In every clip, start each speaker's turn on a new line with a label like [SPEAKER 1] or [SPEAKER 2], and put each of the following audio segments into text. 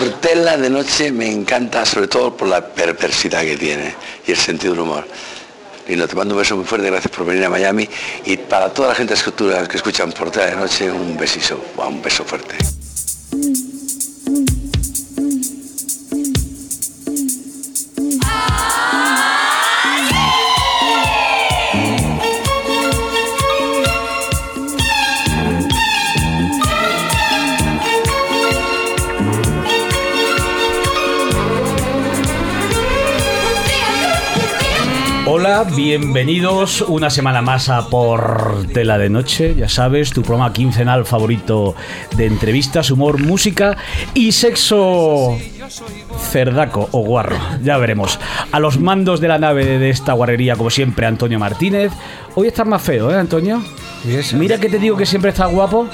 [SPEAKER 1] Portela de noche me encanta, sobre todo por la perversidad que tiene y el sentido del humor. Lindo, te mando un beso muy fuerte, gracias por venir a Miami y para toda la gente escultura que escuchan Portela de noche, un besiso, un beso fuerte.
[SPEAKER 2] Hola, bienvenidos una semana más a Por Tela de Noche, ya sabes, tu programa quincenal favorito de entrevistas, humor, música y sexo cerdaco o guarro, ya veremos. A los mandos de la nave de esta guarrería, como siempre, Antonio Martínez. Hoy estás más feo, ¿eh, Antonio? Mira que te digo que siempre estás guapo.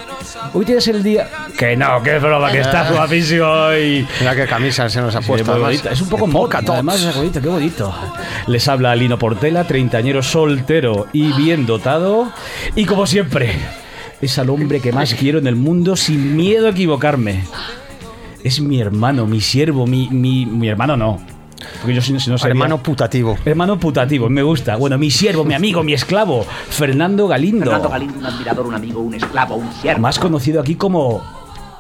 [SPEAKER 2] Hoy tienes el día... Que no, que es broma, que estás guapísimo hoy.
[SPEAKER 3] Mira qué camisa se nos ha
[SPEAKER 2] Sí,
[SPEAKER 3] puesto.
[SPEAKER 2] muy
[SPEAKER 3] Pues además.
[SPEAKER 2] bonita. Es un poco moca,
[SPEAKER 3] Polka
[SPEAKER 2] además,
[SPEAKER 3] dots.
[SPEAKER 2] esa colita, qué bonito. Les habla Lino Portela, treintañero soltero y bien dotado. Y como siempre, es al hombre que más quiero en el mundo sin miedo a equivocarme. Es mi hermano, mi siervo, mi, mi, mi hermano no. Porque yo si no, si no sería-
[SPEAKER 3] Hermano putativo.
[SPEAKER 2] Hermano putativo, me gusta. Bueno, mi siervo, mi amigo, mi esclavo, Fernando Galindo.
[SPEAKER 4] Fernando Galindo, un admirador, un amigo, un esclavo, un siervo.
[SPEAKER 2] Más conocido aquí como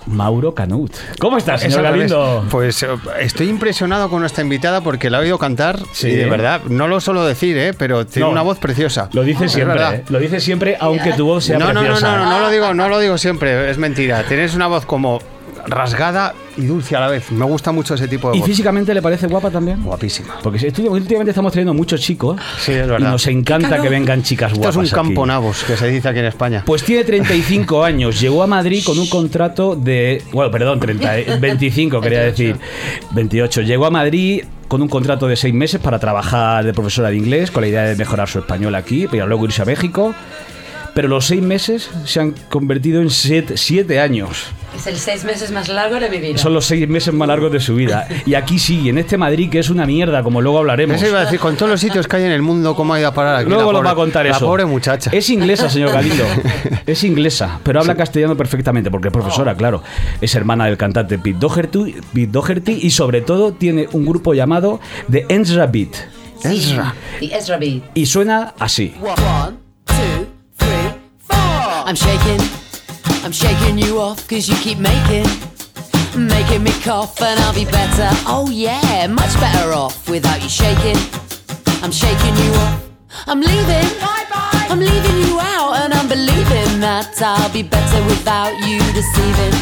[SPEAKER 2] Mauro Canut. ¿Cómo estás,
[SPEAKER 3] Es
[SPEAKER 2] señor
[SPEAKER 3] al revés.
[SPEAKER 2] Galindo?
[SPEAKER 3] Pues eh, estoy impresionado con nuestra invitada porque la he oído cantar
[SPEAKER 2] Sí.
[SPEAKER 3] y de verdad, no lo suelo decir, ¿eh? pero tiene
[SPEAKER 2] No.
[SPEAKER 3] una voz preciosa.
[SPEAKER 2] Lo dice
[SPEAKER 3] Es
[SPEAKER 2] siempre,
[SPEAKER 3] verdad.
[SPEAKER 2] ¿eh? lo dice siempre, aunque tu voz sea
[SPEAKER 3] No, no, no,
[SPEAKER 2] preciosa.
[SPEAKER 3] no, no, no lo digo, no lo digo siempre, es mentira. Tienes una voz como rasgada y dulce a la vez. Me gusta mucho ese tipo de
[SPEAKER 2] ¿Y
[SPEAKER 3] voz.
[SPEAKER 2] físicamente le parece guapa también?
[SPEAKER 3] Guapísima.
[SPEAKER 2] Porque si- estu- últimamente estamos trayendo muchos chicos
[SPEAKER 3] Sí, es
[SPEAKER 2] y
[SPEAKER 3] verdad.
[SPEAKER 2] nos encanta que vengan chicas
[SPEAKER 3] Esto
[SPEAKER 2] guapas.
[SPEAKER 3] es un
[SPEAKER 2] aquí.
[SPEAKER 3] campo nabos que se dice aquí en España.
[SPEAKER 2] Pues tiene 35 años, llegó a Madrid con un contrato de... Bueno, perdón, 30, eh, 25 quería decir. 28. Llegó a Madrid con un contrato de 6 meses para trabajar de profesora de inglés con la idea de mejorar su español aquí, para luego irse a México. Pero los 6 meses se han convertido en 7 años.
[SPEAKER 5] Es el seis meses más largo de mi vida.
[SPEAKER 2] Son los seis meses más largos de su vida. Y aquí sí, en este Madrid que es una mierda, como luego hablaremos.
[SPEAKER 3] Eso iba a decir, con todos los sitios que hay en el mundo, ¿cómo ha ido a parar aquí?
[SPEAKER 2] Luego
[SPEAKER 3] la
[SPEAKER 2] nos
[SPEAKER 3] pobre-
[SPEAKER 2] va a contar
[SPEAKER 3] la
[SPEAKER 2] eso.
[SPEAKER 3] pobre muchacha.
[SPEAKER 2] Es inglesa, señor Galindo. Es inglesa, pero habla castellano perfectamente, porque es profesora,
[SPEAKER 3] Oh.
[SPEAKER 2] claro. Es hermana del cantante Pete Doherty, Pete Doherty y sobre todo tiene un grupo llamado The Ezra Beat.
[SPEAKER 5] Sí, The Ezra Beat.
[SPEAKER 2] Y suena así.
[SPEAKER 6] One, two, three, four.
[SPEAKER 7] I'm shaking, I'm shaking you off cause you keep making, making me cough and I'll be better. Oh yeah, much better off without you shaking. I'm shaking you off. I'm leaving. Bye bye. I'm leaving you out and I'm believing that I'll be better without you deceiving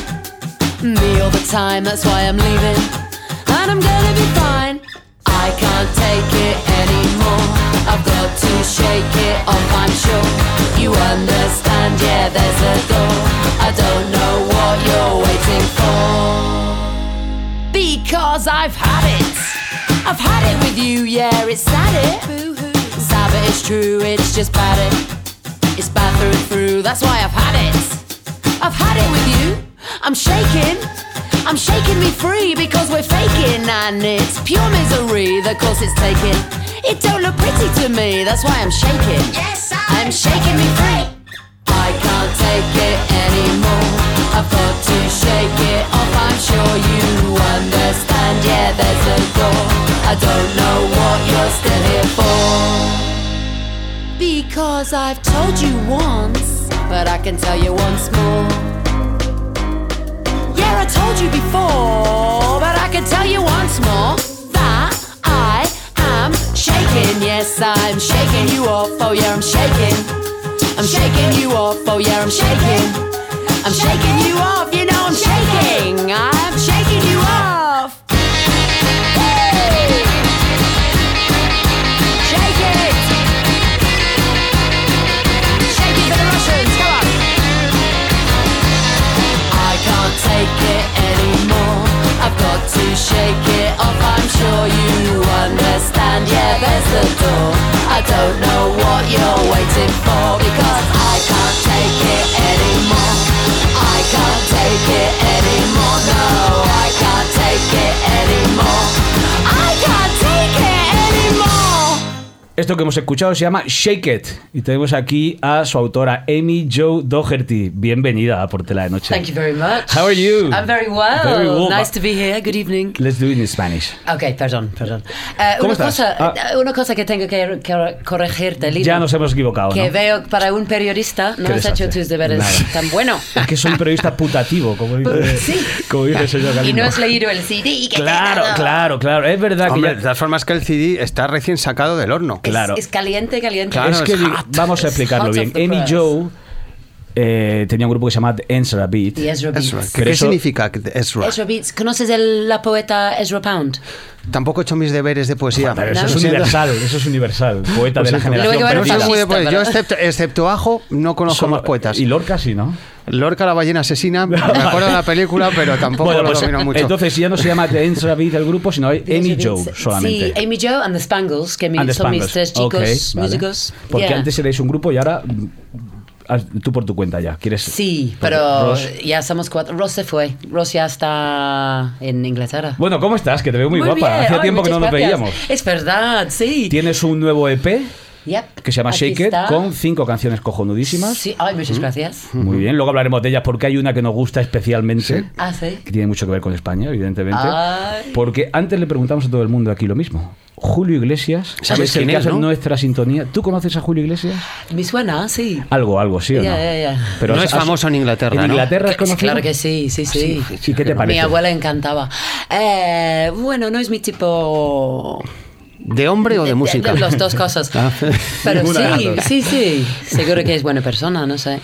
[SPEAKER 7] me all the time. That's why I'm leaving. And I'm gonna be fine. I can't take it anymore. I've got to shake it off, I'm sure. You understand, yeah, there's a door. I don't know what you're waiting for. Because I've had it. I've had it with you, yeah, it's sad it. Sad, but it's true, it's just bad it. It's bad through and through, that's why I've had it. I've had it with you. I'm shaking. I'm shaking me free because we're faking and it's pure misery. The course it's taking. It don't look pretty to me. That's why I'm shaking. Yes, I'm, shaking me free. I can't take it anymore. I've got to shake it off. I'm sure you understand. Yeah, there's a door. I don't know what you're still here for. Because I've told you once, but I can tell you once more. Yeah, I told you before, but I can tell you once more that I am shaking. Yes, I'm shaking you off. Oh, yeah, I'm shaking. I'm shaking you off. Oh, yeah, I'm shaking. I'm shaking you off. You know, I'm shaking. I'm shaking you off. Hey! Shake it. Shake it for the Russians, come on! I can't take it anymore. I've got to shake it off, I'm sure you understand. Yeah, there's the door. I don't know what you're waiting for because I can't take it anymore. I can't take it anymore. No, I can't take it anymore. I can't take it anymore.
[SPEAKER 2] Esto que hemos escuchado se llama Shake It. Y tenemos aquí a su autora, Amy Jo Doherty. Bienvenida a Portela de Noche.
[SPEAKER 7] Thank you very much.
[SPEAKER 2] How are you?
[SPEAKER 7] I'm very well.
[SPEAKER 2] Very well.
[SPEAKER 7] Nice to be here. Good evening.
[SPEAKER 2] Let's do it in Spanish.
[SPEAKER 7] Ok, perdón, perdón. Eh,
[SPEAKER 2] ¿Cómo
[SPEAKER 7] una,
[SPEAKER 2] estás?
[SPEAKER 7] cosa,
[SPEAKER 2] Ah.
[SPEAKER 7] eh, una cosa que tengo que, que corregirte, Lino.
[SPEAKER 2] Ya nos hemos equivocado,
[SPEAKER 7] Que
[SPEAKER 2] ¿no?
[SPEAKER 7] veo para un periodista no
[SPEAKER 2] ¿Qué
[SPEAKER 7] has
[SPEAKER 2] desastre?
[SPEAKER 7] hecho tus deberes
[SPEAKER 2] Nada.
[SPEAKER 7] tan bueno.
[SPEAKER 2] Es que soy un periodista putativo, como dice,
[SPEAKER 7] Sí.
[SPEAKER 2] como dice el señor
[SPEAKER 7] Y
[SPEAKER 2] Galindo.
[SPEAKER 7] no has leído el CD. que te he
[SPEAKER 2] Claro,
[SPEAKER 7] dado.
[SPEAKER 2] claro, claro. Es verdad Ah, que
[SPEAKER 3] Hombre,
[SPEAKER 2] ya-
[SPEAKER 3] de todas formas que el CD está recién sacado del horno.
[SPEAKER 7] Es-
[SPEAKER 2] claro.
[SPEAKER 7] Es, caliente, caliente.
[SPEAKER 3] Claro,
[SPEAKER 2] es que
[SPEAKER 3] es
[SPEAKER 2] di-
[SPEAKER 3] hot.
[SPEAKER 2] vamos a
[SPEAKER 7] It's
[SPEAKER 2] explicarlo
[SPEAKER 7] hot
[SPEAKER 2] bien.
[SPEAKER 7] off the
[SPEAKER 2] Amy
[SPEAKER 7] press.
[SPEAKER 2] Joe eh, tenía un grupo que se llamaba The Answer a Beat.
[SPEAKER 7] Y Ezra Beats.
[SPEAKER 3] Ezra. ¿Qué,
[SPEAKER 2] Pero
[SPEAKER 3] qué
[SPEAKER 2] eso-
[SPEAKER 3] significa que- Ezra?
[SPEAKER 7] Ezra Beats. ¿Conoces el- la poeta Ezra Pound?
[SPEAKER 3] Tampoco he hecho mis deberes de poesía.
[SPEAKER 2] Pero eso
[SPEAKER 7] No.
[SPEAKER 2] es
[SPEAKER 3] Lo siento.
[SPEAKER 2] universal, eso es universal. Poeta de la generación
[SPEAKER 7] Luego
[SPEAKER 3] Pero
[SPEAKER 7] eres
[SPEAKER 3] pues, no
[SPEAKER 2] perdida.
[SPEAKER 3] soy muy de
[SPEAKER 7] fascista,
[SPEAKER 3] poesía. Yo,
[SPEAKER 7] ¿verdad?
[SPEAKER 3] excepto, excepto Ajo, no conozco
[SPEAKER 2] Solo-
[SPEAKER 3] más poetas.
[SPEAKER 2] Y Lorca sí, ¿no?
[SPEAKER 3] Lorca, la ballena asesina, me acuerdo de la película, pero tampoco
[SPEAKER 2] Bueno,
[SPEAKER 3] lo
[SPEAKER 2] pues,
[SPEAKER 3] domino mucho.
[SPEAKER 2] entonces ya no se llama The Answer a Beat el grupo, sino Amy
[SPEAKER 7] Ezra
[SPEAKER 2] Joe
[SPEAKER 7] Beats.
[SPEAKER 2] solamente.
[SPEAKER 7] Sí, Amy Joe and the Spangles, que mi-
[SPEAKER 2] And the
[SPEAKER 7] son mis
[SPEAKER 2] Spangles.
[SPEAKER 7] tres chicos
[SPEAKER 2] Ok, vale.
[SPEAKER 7] músicos.
[SPEAKER 2] Porque
[SPEAKER 7] Yeah.
[SPEAKER 2] antes erais un grupo y ahora mm, haz- tú por tu cuenta ya. ¿Quieres?
[SPEAKER 7] Sí,
[SPEAKER 2] Porque
[SPEAKER 7] pero
[SPEAKER 2] Ross-
[SPEAKER 7] ya somos cuatro. Ross se fue. Ross ya está en Inglaterra.
[SPEAKER 2] Bueno, ¿cómo estás? Que te veo muy, guapa.
[SPEAKER 7] bien.
[SPEAKER 2] Hacía
[SPEAKER 7] Ay,
[SPEAKER 2] tiempo que no
[SPEAKER 7] muchas
[SPEAKER 2] nos
[SPEAKER 7] gracias.
[SPEAKER 2] veíamos.
[SPEAKER 7] Es verdad, sí.
[SPEAKER 2] Tienes un nuevo EP
[SPEAKER 7] Yep,
[SPEAKER 2] que se llama
[SPEAKER 7] aquí
[SPEAKER 2] Shake It
[SPEAKER 7] está.
[SPEAKER 2] con Mm. cinco canciones cojonudísimas.
[SPEAKER 7] Sí, ay, muchas gracias.
[SPEAKER 2] Muy bien, luego hablaremos de ellas porque hay una que nos gusta especialmente.
[SPEAKER 7] Ah, sí.
[SPEAKER 2] Que tiene mucho que ver con España, evidentemente.
[SPEAKER 7] Ay.
[SPEAKER 2] Porque antes le preguntamos a todo el mundo aquí lo mismo. Julio Iglesias,
[SPEAKER 3] ¿Sabes
[SPEAKER 2] el
[SPEAKER 3] quién
[SPEAKER 2] que
[SPEAKER 3] es,
[SPEAKER 2] hace
[SPEAKER 3] no?
[SPEAKER 2] nuestra sintonía. ¿Tú conoces a Julio Iglesias?
[SPEAKER 7] Me suena, sí.
[SPEAKER 2] Algo, algo, sí o
[SPEAKER 7] Ya,
[SPEAKER 2] no.
[SPEAKER 7] ya, ya.
[SPEAKER 3] No
[SPEAKER 2] has-
[SPEAKER 3] es famoso en Inglaterra,
[SPEAKER 2] ¿En
[SPEAKER 3] ¿no?
[SPEAKER 2] Inglaterra es
[SPEAKER 7] Que-
[SPEAKER 2] conocido?
[SPEAKER 7] Claro que sí, sí, sí.
[SPEAKER 2] ¿Y qué te parece?
[SPEAKER 7] Mi abuela encantaba. Eh, bueno, no es mi tipo.
[SPEAKER 3] ¿De hombre o de música?
[SPEAKER 7] de- las dos cosas.
[SPEAKER 3] Ah.
[SPEAKER 7] Pero
[SPEAKER 2] Ninguna de las
[SPEAKER 7] sí,
[SPEAKER 2] dos.
[SPEAKER 7] sí, sí. Seguro que es buena persona, no sé.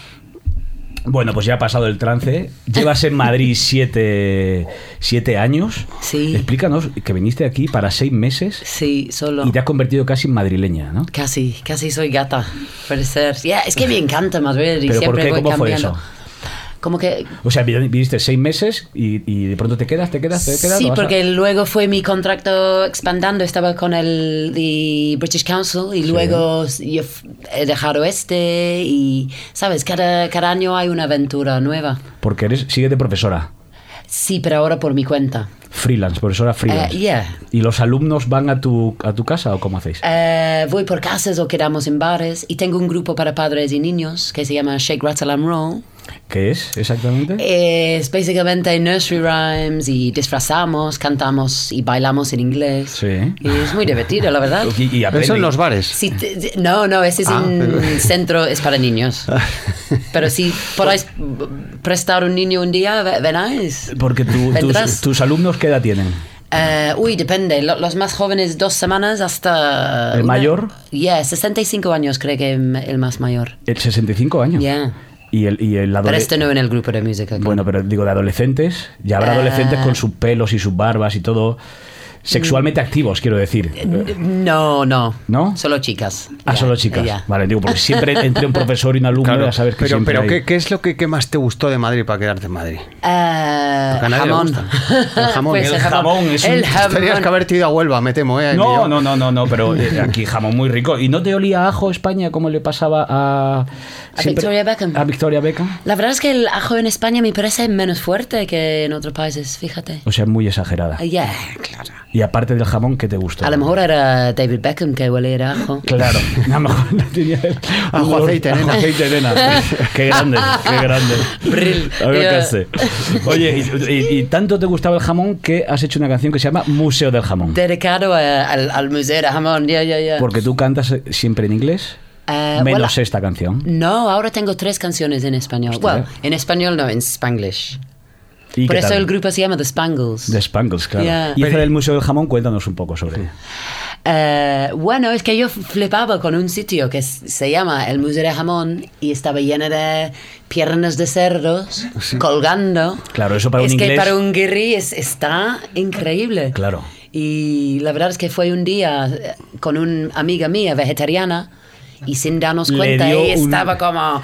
[SPEAKER 2] Bueno, pues ya ha pasado el trance. Llevas en Madrid siete, siete años.
[SPEAKER 7] Sí.
[SPEAKER 2] Explícanos que viniste aquí para seis meses
[SPEAKER 7] Sí, solo.
[SPEAKER 2] y te has convertido casi en madrileña, ¿no?
[SPEAKER 7] Casi, casi soy gata, puede ser. Ya, es que me encanta Madrid y
[SPEAKER 2] ¿Pero por
[SPEAKER 7] siempre
[SPEAKER 2] qué?
[SPEAKER 7] voy
[SPEAKER 2] ¿Cómo fue
[SPEAKER 7] cambiando.
[SPEAKER 2] eso?
[SPEAKER 7] Como que
[SPEAKER 2] O sea, vi- viniste seis meses y, y de pronto te quedas, te quedas, te quedas.
[SPEAKER 7] sí,
[SPEAKER 2] lo vas a-
[SPEAKER 7] porque luego fue mi contrato expandando, estaba con el the British Council y luego yo f- he dejado este y, ¿sabes? Cada, cada año hay una aventura nueva.
[SPEAKER 2] Porque eres, sigues de profesora,
[SPEAKER 7] Sí, pero ahora por mi cuenta.
[SPEAKER 2] freelance, profesora freelance.
[SPEAKER 7] Eh, yeah.
[SPEAKER 2] ¿Y los alumnos van a tu, a tu casa o cómo hacéis?
[SPEAKER 7] Eh, voy por casas o quedamos en bares y tengo un grupo para padres y niños que se llama Shake, Rattle and Roll.
[SPEAKER 2] ¿Qué es exactamente?
[SPEAKER 7] eh, Es básicamente nursery rhymes y disfrazamos, cantamos y bailamos en inglés.
[SPEAKER 2] Sí.
[SPEAKER 7] Y es muy divertido, la verdad.
[SPEAKER 2] Y- y aprenden.
[SPEAKER 3] Eso en los bares.
[SPEAKER 7] Si te- te- no, no, ese es
[SPEAKER 3] Ah.
[SPEAKER 7] un centro, es para niños. Pero si podáis prestar un niño un día, ve- venáis.
[SPEAKER 2] Porque tu- tus,
[SPEAKER 7] Vendrás.
[SPEAKER 2] tus alumnos, ¿qué edad tienen?
[SPEAKER 7] Eh, uy, depende. Lo- los más jóvenes, dos semanas hasta.
[SPEAKER 2] ¿El
[SPEAKER 7] una-
[SPEAKER 2] mayor?
[SPEAKER 7] Yeah, 65 años, creo que el más mayor.
[SPEAKER 2] El 65 años.
[SPEAKER 7] Yeah.
[SPEAKER 2] Y el, y el
[SPEAKER 7] Pero
[SPEAKER 2] adolescente.
[SPEAKER 7] este no en el grupo de música. claro.
[SPEAKER 2] eh, Bueno, pero digo de adolescentes. Ya habrá
[SPEAKER 7] Eh.
[SPEAKER 2] adolescentes con sus pelos y sus barbas y todo.
[SPEAKER 7] Mm.
[SPEAKER 2] Sexualmente activos, quiero decir.
[SPEAKER 7] No, no.
[SPEAKER 2] ¿No?
[SPEAKER 7] Solo chicas.
[SPEAKER 2] Ah,
[SPEAKER 7] Eh, Ya,
[SPEAKER 2] solo chicas.
[SPEAKER 7] ya.
[SPEAKER 2] Vale, digo, porque siempre entre un profesor y un alumno,
[SPEAKER 3] Claro,
[SPEAKER 2] ya sabes que
[SPEAKER 3] pero,
[SPEAKER 2] siempre
[SPEAKER 3] pero
[SPEAKER 2] hay-
[SPEAKER 3] ¿qué, qué es lo que, qué más te gustó de Madrid para quedarte en Madrid?
[SPEAKER 7] Eh,
[SPEAKER 3] Porque a nadie le
[SPEAKER 7] jamón.
[SPEAKER 3] gusta. El jamón.
[SPEAKER 7] Pues
[SPEAKER 3] El
[SPEAKER 2] jamón es un-
[SPEAKER 7] el
[SPEAKER 3] Tenías que
[SPEAKER 7] jamón.
[SPEAKER 3] haberte ido a Huelva, me temo, ¿eh?
[SPEAKER 2] No,
[SPEAKER 3] Emilio?
[SPEAKER 2] no, no, no, no, pero eh, aquí jamón muy rico. ¿Y no te olía a ajo España como le pasaba a...
[SPEAKER 7] A Victoria Beckham.
[SPEAKER 2] A Victoria Beckham.
[SPEAKER 7] La verdad es que el ajo en España me parece menos fuerte que en otros países, fíjate.
[SPEAKER 2] O sea, muy exagerada.
[SPEAKER 7] Ah, Ya, claro.
[SPEAKER 2] Y aparte del jamón, ¿qué te gusta?
[SPEAKER 7] A lo mejor era David Beckham que huele a ajo.
[SPEAKER 2] Claro, a lo mejor no tenía el
[SPEAKER 3] Ajo,
[SPEAKER 2] olor-
[SPEAKER 3] aceite, nena.
[SPEAKER 2] ajo, aceite, nena. Qué grande, qué grande.
[SPEAKER 7] Brill.
[SPEAKER 2] A ver qué
[SPEAKER 7] Ya.
[SPEAKER 2] hace. Oye, y, y- y tanto te gustaba el jamón que has hecho una canción que se llama Museo del Jamón.
[SPEAKER 7] Dedicado a- al, al museo de jamón, ya, ya, ya.
[SPEAKER 2] Porque tú cantas siempre en inglés,
[SPEAKER 7] Eh,
[SPEAKER 2] menos
[SPEAKER 7] hola.
[SPEAKER 2] esta canción.
[SPEAKER 7] No, ahora tengo tres canciones en español.
[SPEAKER 2] Hostia.
[SPEAKER 7] Bueno, en español no, en spanglish.
[SPEAKER 2] ¿Y
[SPEAKER 7] Por
[SPEAKER 2] qué
[SPEAKER 7] eso
[SPEAKER 2] tal?
[SPEAKER 7] el grupo se llama The Spangles.
[SPEAKER 2] De Spangles, claro.
[SPEAKER 7] Ya.
[SPEAKER 2] Y esta del Museo del Jamón, cuéntanos un poco sobre ella.
[SPEAKER 7] Eh, bueno, es que yo flipaba con un sitio que s- se llama el Museo de Jamón y estaba lleno de piernas de cerdos colgando.
[SPEAKER 2] Claro, eso para
[SPEAKER 7] es
[SPEAKER 2] un
[SPEAKER 7] que
[SPEAKER 2] inglés-
[SPEAKER 7] para un guirri es- está increíble.
[SPEAKER 2] Claro.
[SPEAKER 7] Y la verdad es que fue un día eh, con una amiga mía vegetariana y sin darnos
[SPEAKER 2] Le
[SPEAKER 7] cuenta
[SPEAKER 2] dio
[SPEAKER 7] ella
[SPEAKER 2] un-
[SPEAKER 7] estaba como,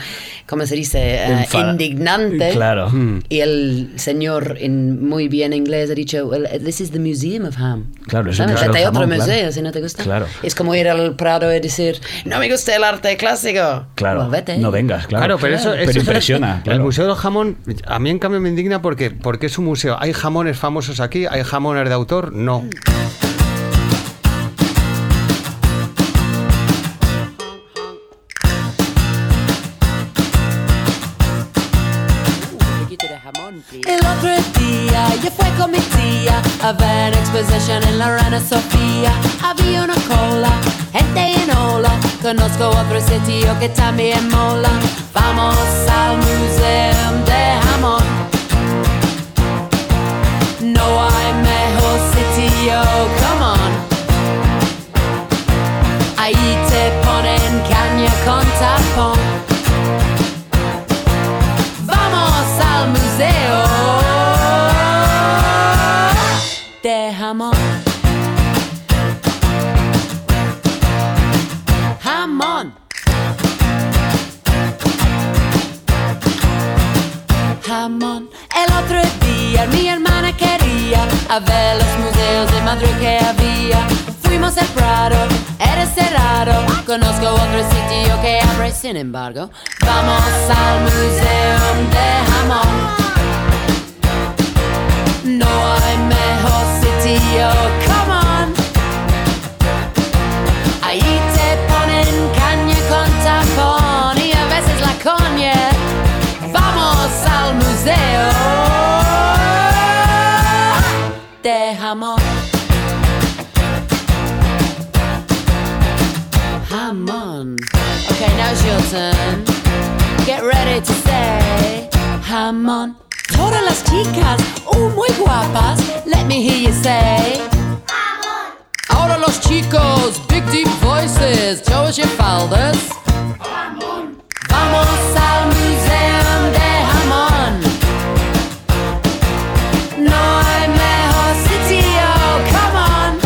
[SPEAKER 7] ¿cómo se dice? Eh,
[SPEAKER 2] Enfada-
[SPEAKER 7] indignante.
[SPEAKER 2] Claro.
[SPEAKER 7] Y el señor en muy bien inglés ha dicho, well, this is the museum of ham.
[SPEAKER 2] Claro, es el
[SPEAKER 7] ¿Sabes?
[SPEAKER 2] museo
[SPEAKER 7] Vete
[SPEAKER 2] del
[SPEAKER 7] a otro
[SPEAKER 2] jamón, claro.
[SPEAKER 7] museo si no te gusta.
[SPEAKER 2] Claro.
[SPEAKER 7] Es como ir al Prado y decir, no me gusta el arte clásico.
[SPEAKER 2] Claro,
[SPEAKER 7] Well, Pues vete.
[SPEAKER 2] no vengas, claro.
[SPEAKER 3] Claro, pero eso, eso-
[SPEAKER 2] impresiona.
[SPEAKER 3] El
[SPEAKER 2] claro.
[SPEAKER 3] Museo del Jamón, a mí en cambio me indigna porque, porque es un museo. Hay jamones famosos aquí, hay jamones de autor, no.
[SPEAKER 8] of an exposition in Lorena Sofia. Había una cola, gente en ola. Conozco otro sitio que también mola. Vamos al Museo de Jamón. No hay mejor sitio, come on. Ahí te ponen caña con tapón. Vamos al museo de jamón. Jamón. jamón. El otro día mi hermana quería a ver los museos de Madrid que había. Fuimos al Prado, eres cerrado. Conozco otro sitio que abre, sin embargo. Vamos al museo de jamón. No hay mejor sitio, come on. Ahí te ponen caña con tapón y a veces la coña. Vamos al museo de jamón. Jamón. Okay, now it's your turn. Get ready to say jamón. Todas las chicas, oh, muy guapas. Let me hear you say. Ahora los chicos, big deep voices, todas your faldas. Vamos al museo de jamón. No hay mejor sitio, come on.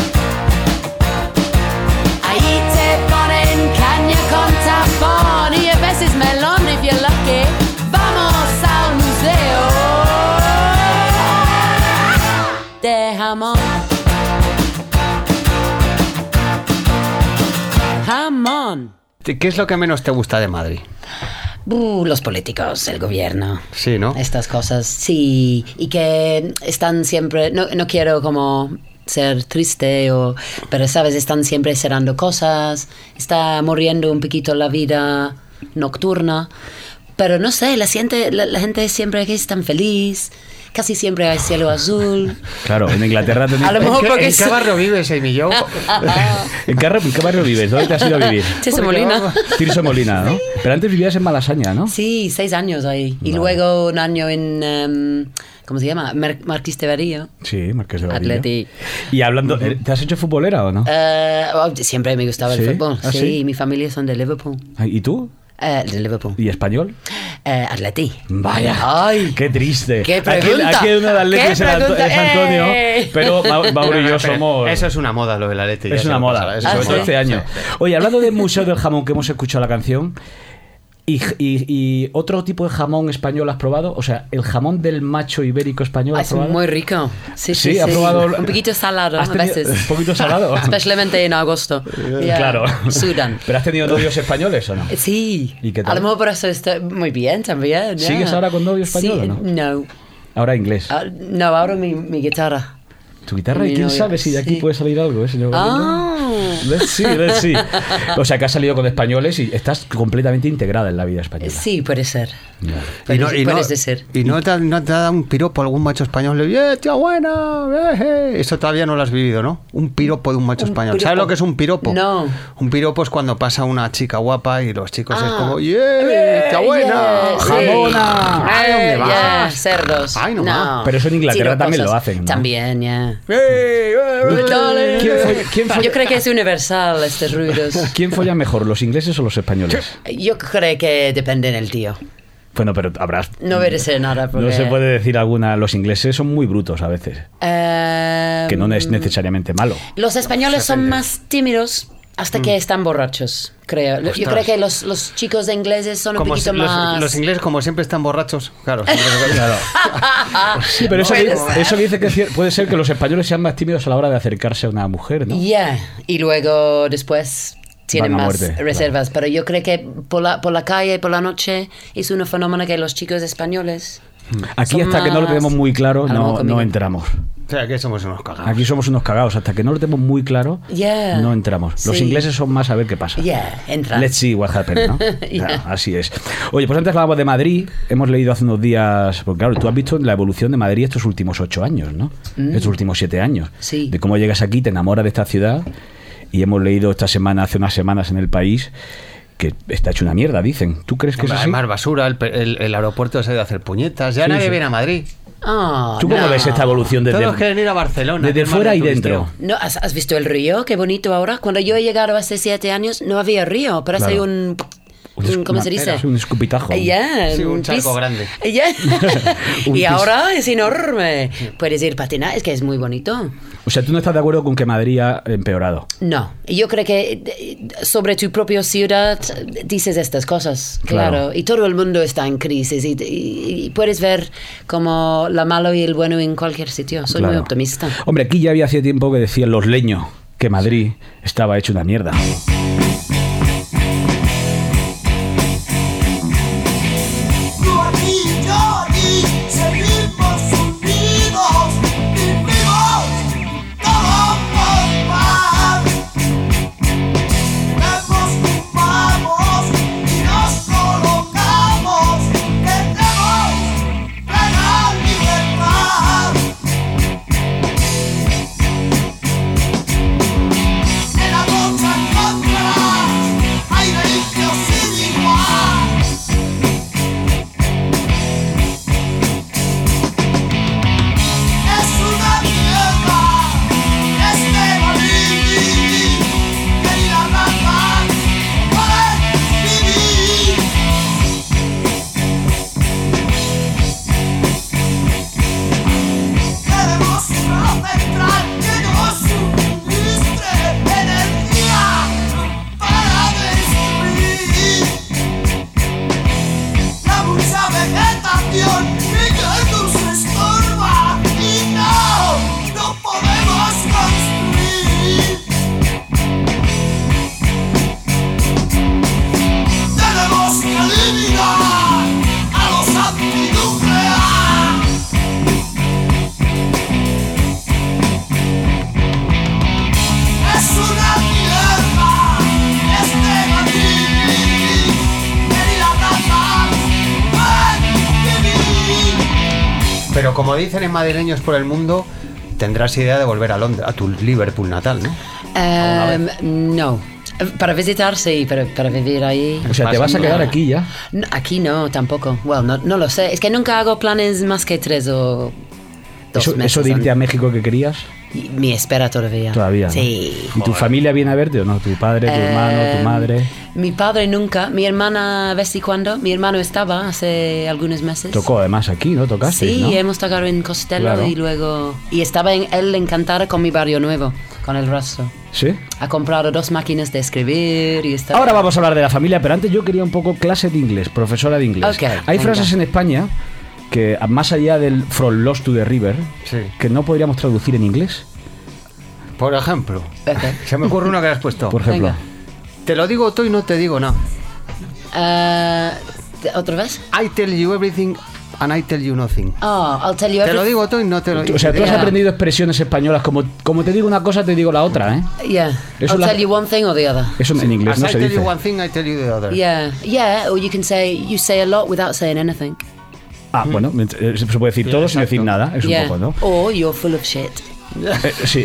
[SPEAKER 8] Ahí te ponen caña con tapón y a veces melón if you're lucky. Vamos al museo de jamón. Jamón.
[SPEAKER 3] ¿Qué es lo que menos te gusta de Madrid?
[SPEAKER 7] Uh, los políticos, el gobierno.
[SPEAKER 3] Sí, ¿no?
[SPEAKER 7] Estas cosas, sí. Y que están siempre, no, no quiero como ser triste o, pero sabes, están siempre cerrando cosas, está muriendo un poquito la vida nocturna. Pero no sé, la gente, la, la gente siempre que es tan feliz, casi siempre hay cielo azul.
[SPEAKER 2] Claro, en Inglaterra tenéis...
[SPEAKER 7] A lo
[SPEAKER 3] ¿En
[SPEAKER 7] mejor
[SPEAKER 3] qué,
[SPEAKER 7] porque
[SPEAKER 3] en qué
[SPEAKER 7] es-
[SPEAKER 3] barrio vives, Amy? Yo,
[SPEAKER 2] ¿En qué, barrio- en qué barrio vives? ¿Dónde te has ido a vivir?
[SPEAKER 7] Chese
[SPEAKER 3] Porque
[SPEAKER 7] Molina.
[SPEAKER 2] oh.
[SPEAKER 3] vamos-
[SPEAKER 2] Tirso Molina, ¿no? Pero antes vivías en Malasaña, ¿no?
[SPEAKER 7] Sí, seis años ahí. Y luego un año en, em, ¿cómo se llama? Mar- Marqués de Verío.
[SPEAKER 2] Sí, Marqués de Vadillo.
[SPEAKER 7] Atleti.
[SPEAKER 2] Y hablando, eh, ¿te has hecho futbolera o no?
[SPEAKER 7] Eh, oh, siempre me gustaba
[SPEAKER 2] ¿Sí?
[SPEAKER 7] el fútbol.
[SPEAKER 2] ¿Ah,
[SPEAKER 7] sí,
[SPEAKER 2] sí?
[SPEAKER 7] mi familia son de Liverpool.
[SPEAKER 2] Ay, ¿Y tú?
[SPEAKER 7] Eh, de Liverpool.
[SPEAKER 2] ¿Y español?
[SPEAKER 7] Eh, Atleti.
[SPEAKER 2] Vaya.
[SPEAKER 7] Ay.
[SPEAKER 2] Qué triste.
[SPEAKER 7] Qué
[SPEAKER 2] Aquí-
[SPEAKER 7] pregunta.
[SPEAKER 2] Aquí, uno de Atleti
[SPEAKER 7] Qué
[SPEAKER 2] es, el Anto-
[SPEAKER 7] pregunta. ¡Eh!
[SPEAKER 2] es Antonio,
[SPEAKER 7] ¡Ey!
[SPEAKER 2] pero Ma- Mauro y yo somos...
[SPEAKER 3] Eso es una moda, lo del Atleti. ya
[SPEAKER 2] Es
[SPEAKER 3] se
[SPEAKER 2] una
[SPEAKER 3] lo
[SPEAKER 2] moda,
[SPEAKER 3] pasará, eso
[SPEAKER 7] Ah,
[SPEAKER 2] sobre
[SPEAKER 3] es
[SPEAKER 2] todo
[SPEAKER 3] una
[SPEAKER 2] este
[SPEAKER 3] moda.
[SPEAKER 2] año. Oye, hablando del Museo del Jamón que hemos escuchado la canción, y, y- y otro tipo de jamón español has probado? O sea, el jamón del macho ibérico español
[SPEAKER 7] Ah,
[SPEAKER 2] has
[SPEAKER 7] Es
[SPEAKER 2] probado?
[SPEAKER 7] muy rico. Sí, sí,
[SPEAKER 2] ha
[SPEAKER 7] sí.
[SPEAKER 2] probado.
[SPEAKER 7] Un poquito salado
[SPEAKER 2] ¿Has
[SPEAKER 7] a
[SPEAKER 2] tenido-
[SPEAKER 7] veces.
[SPEAKER 2] Un poquito salado. Eh,
[SPEAKER 7] Especialmente en agosto. Yeah.
[SPEAKER 2] Claro.
[SPEAKER 7] Sudan.
[SPEAKER 2] ¿Pero has tenido novios españoles o no?
[SPEAKER 7] Eh, Sí.
[SPEAKER 2] ¿Y qué tal?
[SPEAKER 7] A lo mejor por eso estoy muy bien también. yeah.
[SPEAKER 2] ¿Sigues ahora con novio español
[SPEAKER 7] Sí,
[SPEAKER 2] o no?
[SPEAKER 7] No.
[SPEAKER 2] Ahora inglés.
[SPEAKER 7] Ah, no, ahora mi, mi guitarra.
[SPEAKER 2] Tu guitarra, y
[SPEAKER 7] mi
[SPEAKER 2] quién
[SPEAKER 7] novio,
[SPEAKER 2] sabe si de aquí
[SPEAKER 7] sí.
[SPEAKER 2] puede salir algo, ¿eh, señor?
[SPEAKER 7] Ah.
[SPEAKER 2] Galindo? Let's see, let's see. O sea, que has salido con españoles y estás completamente integrada en la vida española.
[SPEAKER 7] Sí, puede ser.
[SPEAKER 3] Y
[SPEAKER 7] Puede,
[SPEAKER 3] no, y no-
[SPEAKER 7] puede ser.
[SPEAKER 3] y no te, ha- no te ha dado un piropo algún macho español. Le digo, "Eh, tía buena! eh, eh". Eso todavía no lo has vivido, ¿no? Un piropo de un macho
[SPEAKER 7] Un
[SPEAKER 3] español.
[SPEAKER 7] piropo.
[SPEAKER 3] ¿Sabes lo que es un piropo?
[SPEAKER 7] No.
[SPEAKER 3] Un piropo es cuando pasa una chica guapa y los chicos es
[SPEAKER 7] Ah.
[SPEAKER 3] como ¡Yeah! ¡Tía buena!
[SPEAKER 7] Yeah, sí. Ah,
[SPEAKER 3] ¡Jamona! ¡Ay, ¿dónde
[SPEAKER 7] Eh, Yeah,
[SPEAKER 3] vas?
[SPEAKER 7] cerdos.
[SPEAKER 3] Ay, no va.
[SPEAKER 2] Pero eso en Inglaterra
[SPEAKER 7] Tiro
[SPEAKER 2] también
[SPEAKER 7] cosas.
[SPEAKER 2] lo hacen, ¿no?
[SPEAKER 7] También, ya.
[SPEAKER 2] ¿Quién, fue- quién fue-
[SPEAKER 7] Yo creo que es universal este ruidos.
[SPEAKER 2] quién folla mejor, los ingleses o los españoles?
[SPEAKER 7] Yo creo que depende del tío.
[SPEAKER 2] Bueno, pero habrás...
[SPEAKER 7] No voy a decir nada porque...
[SPEAKER 2] No se puede decir alguna... Los ingleses son muy brutos a veces,
[SPEAKER 7] Eh,
[SPEAKER 2] que no es necesariamente malo.
[SPEAKER 7] Los españoles son más tímidos hasta que están borrachos, creo. Yo
[SPEAKER 3] Mm. Ostras.
[SPEAKER 7] creo que los, los chicos de ingleses son un
[SPEAKER 3] Como si-
[SPEAKER 7] poquito
[SPEAKER 3] los,
[SPEAKER 7] más...
[SPEAKER 3] los ingleses, como siempre, están borrachos. Claro. siempre-
[SPEAKER 7] Ah,
[SPEAKER 2] Sí, pero eso,
[SPEAKER 7] Puede
[SPEAKER 2] di- eso dice que es cier- puede ser que los españoles sean más tímidos a la hora de acercarse a una mujer, ¿no?
[SPEAKER 7] Yeah, y luego después tienen
[SPEAKER 2] Van a
[SPEAKER 7] más
[SPEAKER 2] muerte,
[SPEAKER 7] reservas. Pero yo creo que por la, por la calle, por la noche, es un fenómeno que los chicos españoles
[SPEAKER 2] Aquí
[SPEAKER 7] Son
[SPEAKER 2] hasta que no lo
[SPEAKER 7] más-
[SPEAKER 2] tenemos muy claro,
[SPEAKER 7] A lo mejor
[SPEAKER 2] no,
[SPEAKER 7] conmigo.
[SPEAKER 2] no entramos.
[SPEAKER 3] O sea, que somos unos cagados.
[SPEAKER 2] Aquí somos unos cagados. Hasta que no lo tenemos muy claro,
[SPEAKER 7] Yeah.
[SPEAKER 2] no entramos. Los
[SPEAKER 7] Sí.
[SPEAKER 2] ingleses son más a ver qué pasa.
[SPEAKER 7] Yeah, entra.
[SPEAKER 2] Let's see what happens, ¿no?
[SPEAKER 7] Yeah.
[SPEAKER 2] Claro, así es. Oye, pues antes hablábamos de Madrid. Hemos leído hace unos días, porque claro, tú has visto la evolución de Madrid estos últimos ocho años, ¿no? Estos últimos siete años.
[SPEAKER 7] Mm. Sí.
[SPEAKER 2] De cómo llegas aquí, te enamoras de esta ciudad. Y hemos leído esta semana, hace unas semanas en el país, que está hecho una mierda, dicen. ¿Tú crees que es
[SPEAKER 3] Hombre,
[SPEAKER 2] así?
[SPEAKER 3] Hay más basura, el, pe- el- el aeropuerto se ha ido a hacer puñetas. Ya
[SPEAKER 2] Sí,
[SPEAKER 3] nadie
[SPEAKER 2] sí.
[SPEAKER 3] viene a Madrid.
[SPEAKER 7] Ah,
[SPEAKER 2] ¿Tú cómo
[SPEAKER 7] no.
[SPEAKER 2] ves esta evolución desde,
[SPEAKER 3] Todos quieren ir a Barcelona.
[SPEAKER 2] desde
[SPEAKER 3] qué
[SPEAKER 2] fuera
[SPEAKER 3] mal
[SPEAKER 2] y
[SPEAKER 3] de
[SPEAKER 2] dentro?
[SPEAKER 3] turisteo.
[SPEAKER 7] No, ¿has, has visto el río? Qué bonito ahora. Cuando yo he llegado hace siete años no había río, pero
[SPEAKER 2] Claro.
[SPEAKER 7] hay un, un- ¿Cómo se dice?
[SPEAKER 2] Es un escupitajo.
[SPEAKER 7] Yeah,
[SPEAKER 3] Sí, un charco
[SPEAKER 7] pis.
[SPEAKER 3] grande.
[SPEAKER 7] Yeah.
[SPEAKER 2] Un
[SPEAKER 7] y
[SPEAKER 2] pis.
[SPEAKER 7] ahora es enorme. Puedes ir patinar, es que es muy bonito.
[SPEAKER 2] O sea, tú no estás de acuerdo con que Madrid ha empeorado.
[SPEAKER 7] No, yo creo que eh, sobre tu propia ciudad eh, dices estas cosas, claro.
[SPEAKER 2] Claro.
[SPEAKER 7] Y todo el mundo está en crisis y, y- y puedes ver como la malo y el bueno en cualquier sitio. Soy muy
[SPEAKER 2] Claro. Oh,
[SPEAKER 7] optimista.
[SPEAKER 2] Hombre, aquí ya había hace tiempo que decían los leños que Madrid estaba hecho una mierda.
[SPEAKER 9] Servimos unidos y vivos todos por paz. Nos fumamos y nos colocamos que tenemos plena libertad. En la lucha contra hay delitos sin igual. Es una mierda, este Madrid, querida Rafa, para vivir. Queremos una central que nos suministre energía para destruir la mucha vegetación que ya nos estorba y no, no podemos construir. Tenemos que eliminar a los antinucleares. Es una mierda este Madrid, querida Rafa, ven, vivir.
[SPEAKER 3] Pero como dicen en madrileños por el mundo, tendrás idea de volver a Londres, a tu Liverpool natal, ¿no?
[SPEAKER 7] Em, no, para visitar sí, pero para vivir ahí.
[SPEAKER 2] O sea, te vas a quedar aquí ya.
[SPEAKER 7] No, aquí no, tampoco. Bueno, no, no lo sé. Es que nunca hago planes más que tres o dos
[SPEAKER 2] Eso,
[SPEAKER 7] meses.
[SPEAKER 2] eso de irte a México que querías,
[SPEAKER 7] Y- Mi espera todavía.
[SPEAKER 2] todavía. ¿no?
[SPEAKER 7] Sí.
[SPEAKER 2] ¿Y tu familia viene a verte o no? ¿Tu padre, tu hermano, tu
[SPEAKER 7] Em,
[SPEAKER 2] madre?
[SPEAKER 7] Mi padre nunca, mi hermana, ¿ves y cuándo? Mi hermano estaba hace algunos meses.
[SPEAKER 2] Tocó además aquí, ¿no? Tocaste.
[SPEAKER 7] Sí, em-
[SPEAKER 2] ¿no?
[SPEAKER 7] hemos tocado en Costello
[SPEAKER 2] Claro.
[SPEAKER 7] y luego. Y estaba en, él encantada con mi barrio nuevo, con el rastro.
[SPEAKER 2] ¿Sí?
[SPEAKER 7] Ha comprado dos máquinas de escribir y está.
[SPEAKER 2] Ahora vamos a hablar de la familia, pero antes yo quería un poco clase de inglés, profesora de inglés.
[SPEAKER 7] Ok,
[SPEAKER 2] Hay
[SPEAKER 7] venga.
[SPEAKER 2] frases en España que, más allá del From Lost to the River,
[SPEAKER 3] Sí.
[SPEAKER 2] que no podríamos traducir en inglés.
[SPEAKER 3] Por ejemplo,
[SPEAKER 7] Ok.
[SPEAKER 3] se me ocurre una que has puesto.
[SPEAKER 2] Por ejemplo.
[SPEAKER 7] Venga.
[SPEAKER 3] Te lo digo tú y no te digo nada.
[SPEAKER 7] Eh, ¿Otra vez?
[SPEAKER 3] I tell you everything and I tell you nothing.
[SPEAKER 7] Oh, I'll tell you
[SPEAKER 3] Te lo
[SPEAKER 7] everyth-
[SPEAKER 3] digo tú y no te lo
[SPEAKER 2] O sea, tú has
[SPEAKER 7] Yeah.
[SPEAKER 2] aprendido expresiones españolas como, como te digo una cosa, te digo la otra, ¿eh?
[SPEAKER 7] Yeah.
[SPEAKER 2] Eso
[SPEAKER 7] I'll
[SPEAKER 2] la-
[SPEAKER 7] tell you one thing or the other.
[SPEAKER 2] Eso en inglés
[SPEAKER 3] As
[SPEAKER 2] no
[SPEAKER 3] I
[SPEAKER 2] se
[SPEAKER 3] tell
[SPEAKER 2] dice.
[SPEAKER 3] you one thing, I tell you the other.
[SPEAKER 7] Yeah. Yeah, or you can say, you say a lot without saying anything.
[SPEAKER 2] Ah, bueno, ment- eh, se puede decir todo sin decir nada, es
[SPEAKER 7] Yeah.
[SPEAKER 2] un poco, ¿no?
[SPEAKER 7] Or you're full of shit.
[SPEAKER 2] Eh, sí.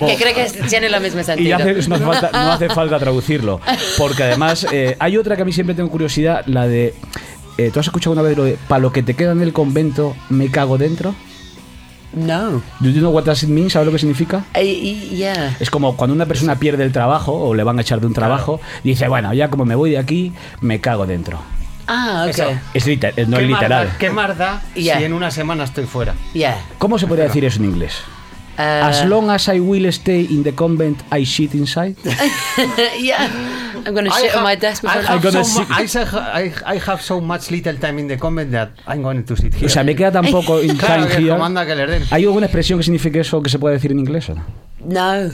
[SPEAKER 7] Que creo que tiene la misma
[SPEAKER 2] Y
[SPEAKER 7] sentido.
[SPEAKER 2] ya hace- no, hace falta, no hace falta traducirlo. Porque además, eh, hay otra que a mí siempre tengo curiosidad, la de. eh, ¿Tú has escuchado una vez lo de para lo que te queda en el convento me cago dentro?
[SPEAKER 7] No.
[SPEAKER 2] ¿Do you know what does it mean? ¿Sabes lo que significa?
[SPEAKER 7] Eh, y- yeah.
[SPEAKER 2] Es como cuando una persona pierde el trabajo o le van a echar de un trabajo, dice, bueno, ya como me voy de aquí, me cago dentro.
[SPEAKER 7] Ah, ok.
[SPEAKER 3] Eso.
[SPEAKER 2] Es liter- eh, no
[SPEAKER 3] ¿Qué
[SPEAKER 2] es
[SPEAKER 3] más
[SPEAKER 2] literal.
[SPEAKER 3] da- ¿Qué más da
[SPEAKER 7] Yeah.
[SPEAKER 3] si en una semana estoy fuera?
[SPEAKER 7] Yeah.
[SPEAKER 2] ¿Cómo se podría decir eso en inglés?
[SPEAKER 7] Eh,
[SPEAKER 2] As long as I will stay in the convent I shit inside.
[SPEAKER 7] yeah. I'm gonna
[SPEAKER 3] I
[SPEAKER 7] shit on
[SPEAKER 3] have-
[SPEAKER 7] my desk before
[SPEAKER 3] I have
[SPEAKER 2] gonna
[SPEAKER 3] so mu-
[SPEAKER 2] sit-
[SPEAKER 3] I say- I- I have so much little time in the comment that I'm going to sit here.
[SPEAKER 2] O sea, me queda tampoco in
[SPEAKER 3] Claro,
[SPEAKER 2] time
[SPEAKER 3] que
[SPEAKER 2] here.
[SPEAKER 3] comanda que le den.
[SPEAKER 2] ¿Hay alguna expresión que signifique eso que se pueda decir en inglés o no?
[SPEAKER 7] No.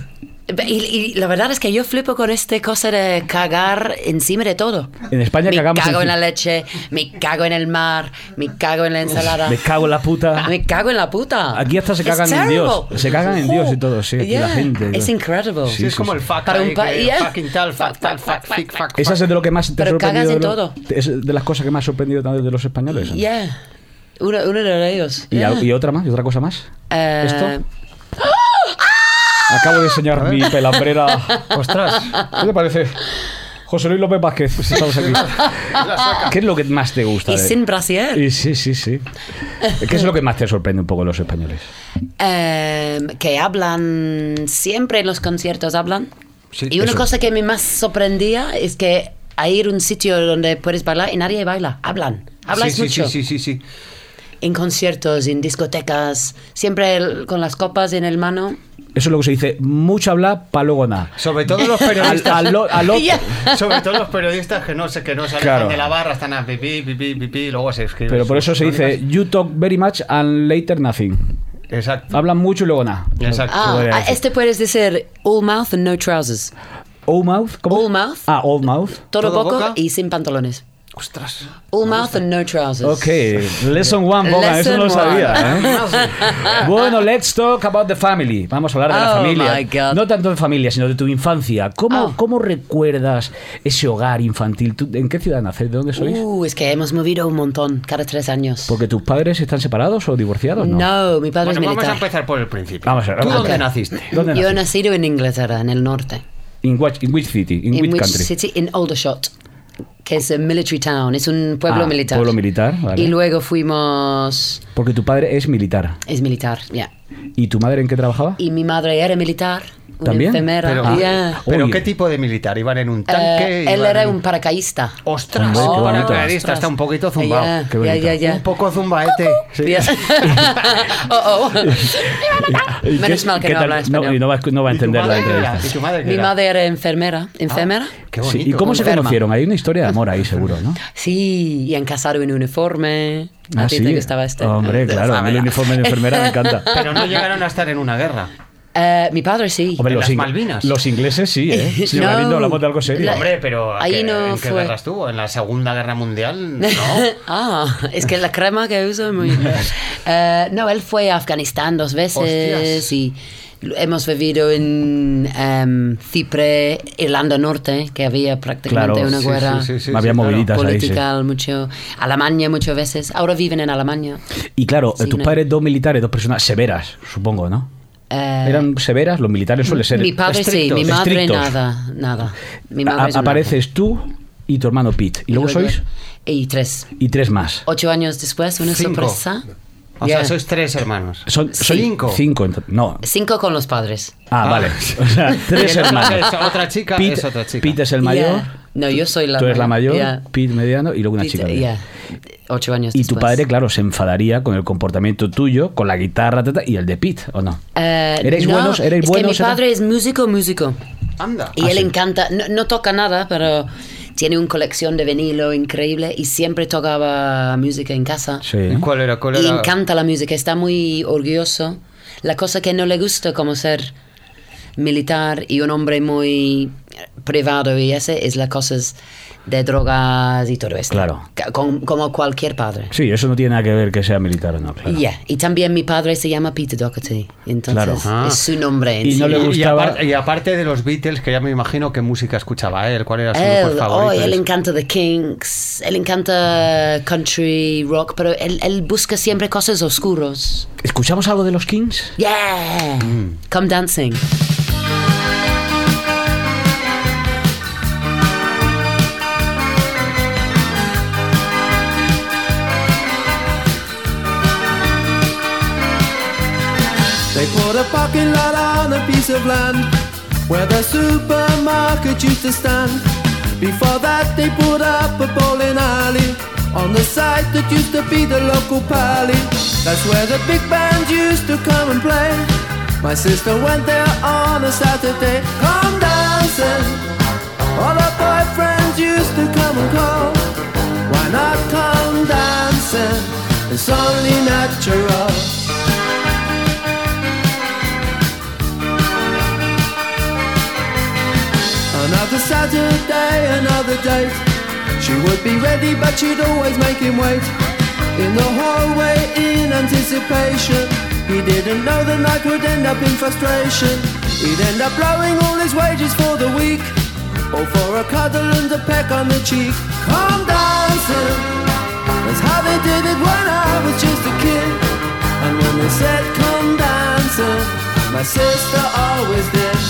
[SPEAKER 7] Y, y la verdad es que yo flipo con este cosa de cagar encima de todo.
[SPEAKER 2] En España
[SPEAKER 7] me
[SPEAKER 2] cagamos
[SPEAKER 7] cago en
[SPEAKER 2] encima.
[SPEAKER 7] la leche, me cago en el mar, me cago en la ensalada.
[SPEAKER 2] Me cago en la puta.
[SPEAKER 7] Ah, Me cago en la puta.
[SPEAKER 2] Aquí hasta se
[SPEAKER 7] It's
[SPEAKER 2] cagan en
[SPEAKER 7] terrible.
[SPEAKER 2] Dios. Se cagan en Dios y todo, sí, aquí la
[SPEAKER 7] Yeah,
[SPEAKER 2] gente.
[SPEAKER 7] It's incredible.
[SPEAKER 2] Sí,
[SPEAKER 3] Sí, es
[SPEAKER 2] sí,
[SPEAKER 3] como
[SPEAKER 2] sí.
[SPEAKER 3] el fuck.
[SPEAKER 7] Para un
[SPEAKER 3] ahí,
[SPEAKER 7] pa-
[SPEAKER 3] que
[SPEAKER 7] yeah.
[SPEAKER 3] Fucking tal, fuck, tal, fuck, fic, fuck,
[SPEAKER 2] Esa es de lo que más te ha
[SPEAKER 7] Pero
[SPEAKER 2] sorprendido.
[SPEAKER 7] cagas en
[SPEAKER 2] de lo-
[SPEAKER 7] todo.
[SPEAKER 2] Es de las cosas que más ha sorprendido también de los españoles.
[SPEAKER 7] Yeah. Uno, uno de ellos.
[SPEAKER 2] Y,
[SPEAKER 7] Yeah.
[SPEAKER 2] al- y otra más, y otra cosa más.
[SPEAKER 7] Eh,
[SPEAKER 2] ¿Esto? Acabo de enseñar mi pelambrera.
[SPEAKER 3] fuck. Ostras.
[SPEAKER 2] ¿Qué te parece? José Luis López Vázquez, estamos aquí. ¿Qué es lo que más te gusta?
[SPEAKER 7] Y
[SPEAKER 2] de-
[SPEAKER 7] sin brasier.
[SPEAKER 2] Y sí, sí, sí. ¿Qué es lo que más te sorprende un poco de los españoles?
[SPEAKER 7] Em, que hablan siempre en los conciertos hablan
[SPEAKER 2] Sí,
[SPEAKER 7] y una
[SPEAKER 2] eso.
[SPEAKER 7] cosa que me más sorprendía es que a ir a un sitio donde puedes bailar y nadie baila hablan habláis
[SPEAKER 3] sí, sí,
[SPEAKER 7] mucho
[SPEAKER 3] sí, sí, sí, sí.
[SPEAKER 7] en conciertos en discotecas siempre el- con las copas en el mano
[SPEAKER 2] Eso es lo que se dice, mucho hablar, pa' luego nada.
[SPEAKER 3] Sobre todo los
[SPEAKER 2] Al,
[SPEAKER 3] periodistas.
[SPEAKER 2] al lo- al otro.
[SPEAKER 7] Ya.
[SPEAKER 3] Sobre todo los periodistas que no sé, que no salen
[SPEAKER 2] Claro.
[SPEAKER 3] de la barra, están a pipí, pipí, pipí, y luego se escriben.
[SPEAKER 2] Pero por
[SPEAKER 3] sus
[SPEAKER 2] eso se dice,
[SPEAKER 3] crónicas.
[SPEAKER 2] you talk very much and later nothing.
[SPEAKER 3] Exacto.
[SPEAKER 2] Hablan mucho y luego nada.
[SPEAKER 3] Exacto.
[SPEAKER 7] ah,
[SPEAKER 2] podría
[SPEAKER 7] ah,
[SPEAKER 2] decir.
[SPEAKER 7] este puedes decir all mouth and no trousers
[SPEAKER 2] Old mouth, ¿cómo?
[SPEAKER 7] Old mouth.
[SPEAKER 2] Ah, old mouth.
[SPEAKER 7] todo,
[SPEAKER 3] Todo
[SPEAKER 7] boca,
[SPEAKER 3] boca.
[SPEAKER 7] y sin pantalones
[SPEAKER 3] Ostras.
[SPEAKER 7] all mouth and no trousers
[SPEAKER 2] Ok, lesson one, Boga, eso
[SPEAKER 7] Lesson
[SPEAKER 2] no lo
[SPEAKER 7] one.
[SPEAKER 2] sabía. ¿eh? Bueno, let's talk about the family. Vamos a hablar de la
[SPEAKER 7] Oh,
[SPEAKER 2] familia.
[SPEAKER 7] my God.
[SPEAKER 2] No tanto de familia, sino de tu infancia. ¿Cómo,
[SPEAKER 7] Oh.
[SPEAKER 2] ¿cómo recuerdas ese hogar infantil? ¿Tú- ¿En qué ciudad naces? ¿De dónde sois?
[SPEAKER 7] Uh, es que hemos movido un montón cada tres años
[SPEAKER 2] ¿Porque tus padres están separados o divorciados? No.
[SPEAKER 7] no
[SPEAKER 3] Bueno,
[SPEAKER 7] mi padre es
[SPEAKER 3] vamos a
[SPEAKER 7] militar
[SPEAKER 3] empezar por el principio.
[SPEAKER 2] Vamos a ver.
[SPEAKER 3] ¿Tú
[SPEAKER 2] vamos a
[SPEAKER 3] dónde
[SPEAKER 2] ver.
[SPEAKER 3] naciste?
[SPEAKER 2] ¿Dónde
[SPEAKER 7] Yo
[SPEAKER 2] naciste?
[SPEAKER 7] he nacido en Inglaterra, en el norte.
[SPEAKER 2] In which, in which city? In,
[SPEAKER 7] en
[SPEAKER 2] which
[SPEAKER 7] which
[SPEAKER 2] country?
[SPEAKER 7] city? En Aldershot, que es un military town, es un pueblo
[SPEAKER 2] Ah,
[SPEAKER 7] militar.
[SPEAKER 2] pueblo militar, vale.
[SPEAKER 7] Y luego fuimos...
[SPEAKER 2] Porque tu padre es militar.
[SPEAKER 7] Es militar, ya.
[SPEAKER 2] ¿Y tu madre en qué trabajaba?
[SPEAKER 7] Y mi madre era militar, una
[SPEAKER 2] ¿También?
[SPEAKER 7] enfermera.
[SPEAKER 3] Pero,
[SPEAKER 2] Ah.
[SPEAKER 7] ya.
[SPEAKER 3] ¿Pero
[SPEAKER 2] Oye.
[SPEAKER 3] qué tipo de militar? ¿Iban en un
[SPEAKER 7] Eh,
[SPEAKER 3] tanque?
[SPEAKER 7] él
[SPEAKER 3] ¿Iban
[SPEAKER 7] era
[SPEAKER 3] en-
[SPEAKER 7] un paracaísta. Oh,
[SPEAKER 3] Ostras,
[SPEAKER 2] Hombre, qué
[SPEAKER 3] un
[SPEAKER 2] bonito.
[SPEAKER 3] paracaidista está un poquito zumbado.
[SPEAKER 7] Ya,
[SPEAKER 2] Qué
[SPEAKER 7] ya,
[SPEAKER 2] bonito.
[SPEAKER 7] ya, ya.
[SPEAKER 3] Un poco zumbaete. Sí.
[SPEAKER 7] Ya. Oh, oh.
[SPEAKER 2] ¿Y
[SPEAKER 7] Menos
[SPEAKER 2] qué-
[SPEAKER 7] mal que
[SPEAKER 2] qué
[SPEAKER 7] no
[SPEAKER 2] tal?
[SPEAKER 7] habla
[SPEAKER 2] No, y
[SPEAKER 7] español.
[SPEAKER 2] no va, no va a
[SPEAKER 3] ¿Y tu
[SPEAKER 2] entender la
[SPEAKER 3] madre qué era?
[SPEAKER 2] entrevista.
[SPEAKER 3] ¿Y tu madre qué
[SPEAKER 7] mi
[SPEAKER 3] era? Ah.
[SPEAKER 7] madre era enfermera, enfermera.
[SPEAKER 3] Qué
[SPEAKER 2] Sí,
[SPEAKER 3] bonito.
[SPEAKER 2] ¿Y cómo se
[SPEAKER 7] Enferma.
[SPEAKER 2] conocieron? Hay una historia de amor ahí, seguro, ¿no?
[SPEAKER 7] Sí, y han casado en uniforme. A ti te gustaba este.
[SPEAKER 2] Ah, Hombre, claro, a mí el uniforme de enfermera me encanta.
[SPEAKER 3] Pero no llegaron a estar en una guerra.
[SPEAKER 7] Eh, mi padre sí.
[SPEAKER 2] Hombre,
[SPEAKER 3] ¿En
[SPEAKER 2] los,
[SPEAKER 3] las
[SPEAKER 2] ing-
[SPEAKER 3] Malvinas?
[SPEAKER 2] los ingleses sí, ¿eh? Si
[SPEAKER 7] No.
[SPEAKER 2] Galindo, hablamos de algo serio.
[SPEAKER 7] La-
[SPEAKER 3] Hombre, pero ¿a
[SPEAKER 7] Ahí
[SPEAKER 3] qué-
[SPEAKER 7] no
[SPEAKER 3] ¿en qué
[SPEAKER 7] fue.
[SPEAKER 3] guerra estuvo? ¿En la Segunda Guerra Mundial? No.
[SPEAKER 7] Ah, es que la crema que uso es muy... Eh, no, él fue a Afganistán dos veces
[SPEAKER 3] Hostias.
[SPEAKER 7] y hemos vivido en em, Cipre, Irlanda Norte, que había prácticamente
[SPEAKER 2] Claro,
[SPEAKER 7] una
[SPEAKER 2] sí,
[SPEAKER 7] guerra
[SPEAKER 3] sí, sí,
[SPEAKER 2] Había
[SPEAKER 3] sí, claro.
[SPEAKER 2] moviditas ahí, sí.
[SPEAKER 7] política, mucho, Alemania muchas veces. Ahora viven en Alemania.
[SPEAKER 2] Y claro,
[SPEAKER 7] Sí,
[SPEAKER 2] tus
[SPEAKER 7] no.
[SPEAKER 2] padres, dos militares, dos personas severas, supongo, ¿no?
[SPEAKER 7] Eh,
[SPEAKER 2] ¿Eran severas? Los militares suelen ser
[SPEAKER 7] mi padre sí,
[SPEAKER 2] estrictos,
[SPEAKER 7] mi madre
[SPEAKER 2] estrictos.
[SPEAKER 7] nada, nada. Mi
[SPEAKER 2] A-
[SPEAKER 7] madre es una-
[SPEAKER 2] apareces tú y tu hermano Pete. ¿Y luego sois?
[SPEAKER 7] Y tres.
[SPEAKER 2] Y tres más.
[SPEAKER 7] Ocho años después, una
[SPEAKER 3] Cinco.
[SPEAKER 7] sorpresa.
[SPEAKER 3] O
[SPEAKER 7] Ya.
[SPEAKER 3] sea, sois tres hermanos.
[SPEAKER 2] Son, soy-
[SPEAKER 3] cinco.
[SPEAKER 2] Cinco, ento- no.
[SPEAKER 7] Cinco con los padres.
[SPEAKER 2] Ah,
[SPEAKER 3] Ah.
[SPEAKER 2] vale. O sea, tres
[SPEAKER 3] Y el otro
[SPEAKER 2] hermanos.
[SPEAKER 3] es otra chica,
[SPEAKER 2] Pete,
[SPEAKER 3] es otra chica.
[SPEAKER 2] Pete es el mayor.
[SPEAKER 7] Yeah. No, yo soy la
[SPEAKER 2] Tú eres la mayor,
[SPEAKER 7] yeah.
[SPEAKER 2] Pete mediano y luego una
[SPEAKER 7] Pete,
[SPEAKER 2] chica. mediana.
[SPEAKER 7] yeah. Ocho años
[SPEAKER 2] Y tu
[SPEAKER 7] después.
[SPEAKER 2] padre, claro, se enfadaría con el comportamiento tuyo, con la guitarra ta, ta, y el de Pete, ¿o no?
[SPEAKER 7] Eh,
[SPEAKER 2] ¿Erais
[SPEAKER 7] no,
[SPEAKER 2] buenos? ¿Erais
[SPEAKER 7] es
[SPEAKER 2] buenos?
[SPEAKER 7] que mi padre es músico, músico.
[SPEAKER 3] Anda.
[SPEAKER 7] Y
[SPEAKER 2] Ah,
[SPEAKER 7] él
[SPEAKER 2] sí.
[SPEAKER 7] encanta, no, no toca nada, pero tiene una colección de vinilo increíble y siempre tocaba música en casa.
[SPEAKER 2] Ah, Sí.
[SPEAKER 3] ¿Y cuál era? ¿Cuál
[SPEAKER 7] Y
[SPEAKER 3] era?
[SPEAKER 7] encanta la música, está muy orgulloso. La cosa que no le gusta como ser militar y un hombre muy privado y ese es las cosas de drogas y todo esto.
[SPEAKER 2] Claro.
[SPEAKER 7] Ca- con- como cualquier padre.
[SPEAKER 2] Sí, eso no tiene nada que ver que sea militar o no. claro.
[SPEAKER 7] Yeah, Y también mi padre se llama Peter Doherty, entonces
[SPEAKER 2] Claro. Ah.
[SPEAKER 7] es su nombre. en
[SPEAKER 2] Y no
[SPEAKER 7] sí.
[SPEAKER 2] le
[SPEAKER 3] Y,
[SPEAKER 2] gustaba-
[SPEAKER 3] aparte, y aparte de los Beatles, que ya me imagino qué música escuchaba él, cuál era su
[SPEAKER 7] Él,
[SPEAKER 3] grupo
[SPEAKER 7] oh,
[SPEAKER 3] favorito.
[SPEAKER 7] él encanta The Kinks, él encanta country rock, pero él, él busca siempre cosas oscuras.
[SPEAKER 2] ¿Escuchamos algo de los Kings?
[SPEAKER 7] Yeah,
[SPEAKER 2] Mm.
[SPEAKER 7] come dancing.
[SPEAKER 10] They put a parking lot on a piece of land where the supermarket used to stand. Before that, they put up a bowling alley on the site that used to be the local pally. That's where the big band used to come and play. My sister went there on a Saturday. Come dancing. All her boyfriends used to come and call. Why not come dancing? It's only natural. another day, another date. She would be ready, but she'd always make him wait. In the hallway, in anticipation. He didn't know the night would end up in frustration. He'd end up blowing all his wages for the week, or for a cuddle and a peck on the cheek. Come dancing. That's how they did it when I was just a kid. And when they said, come dancing, my sister always did.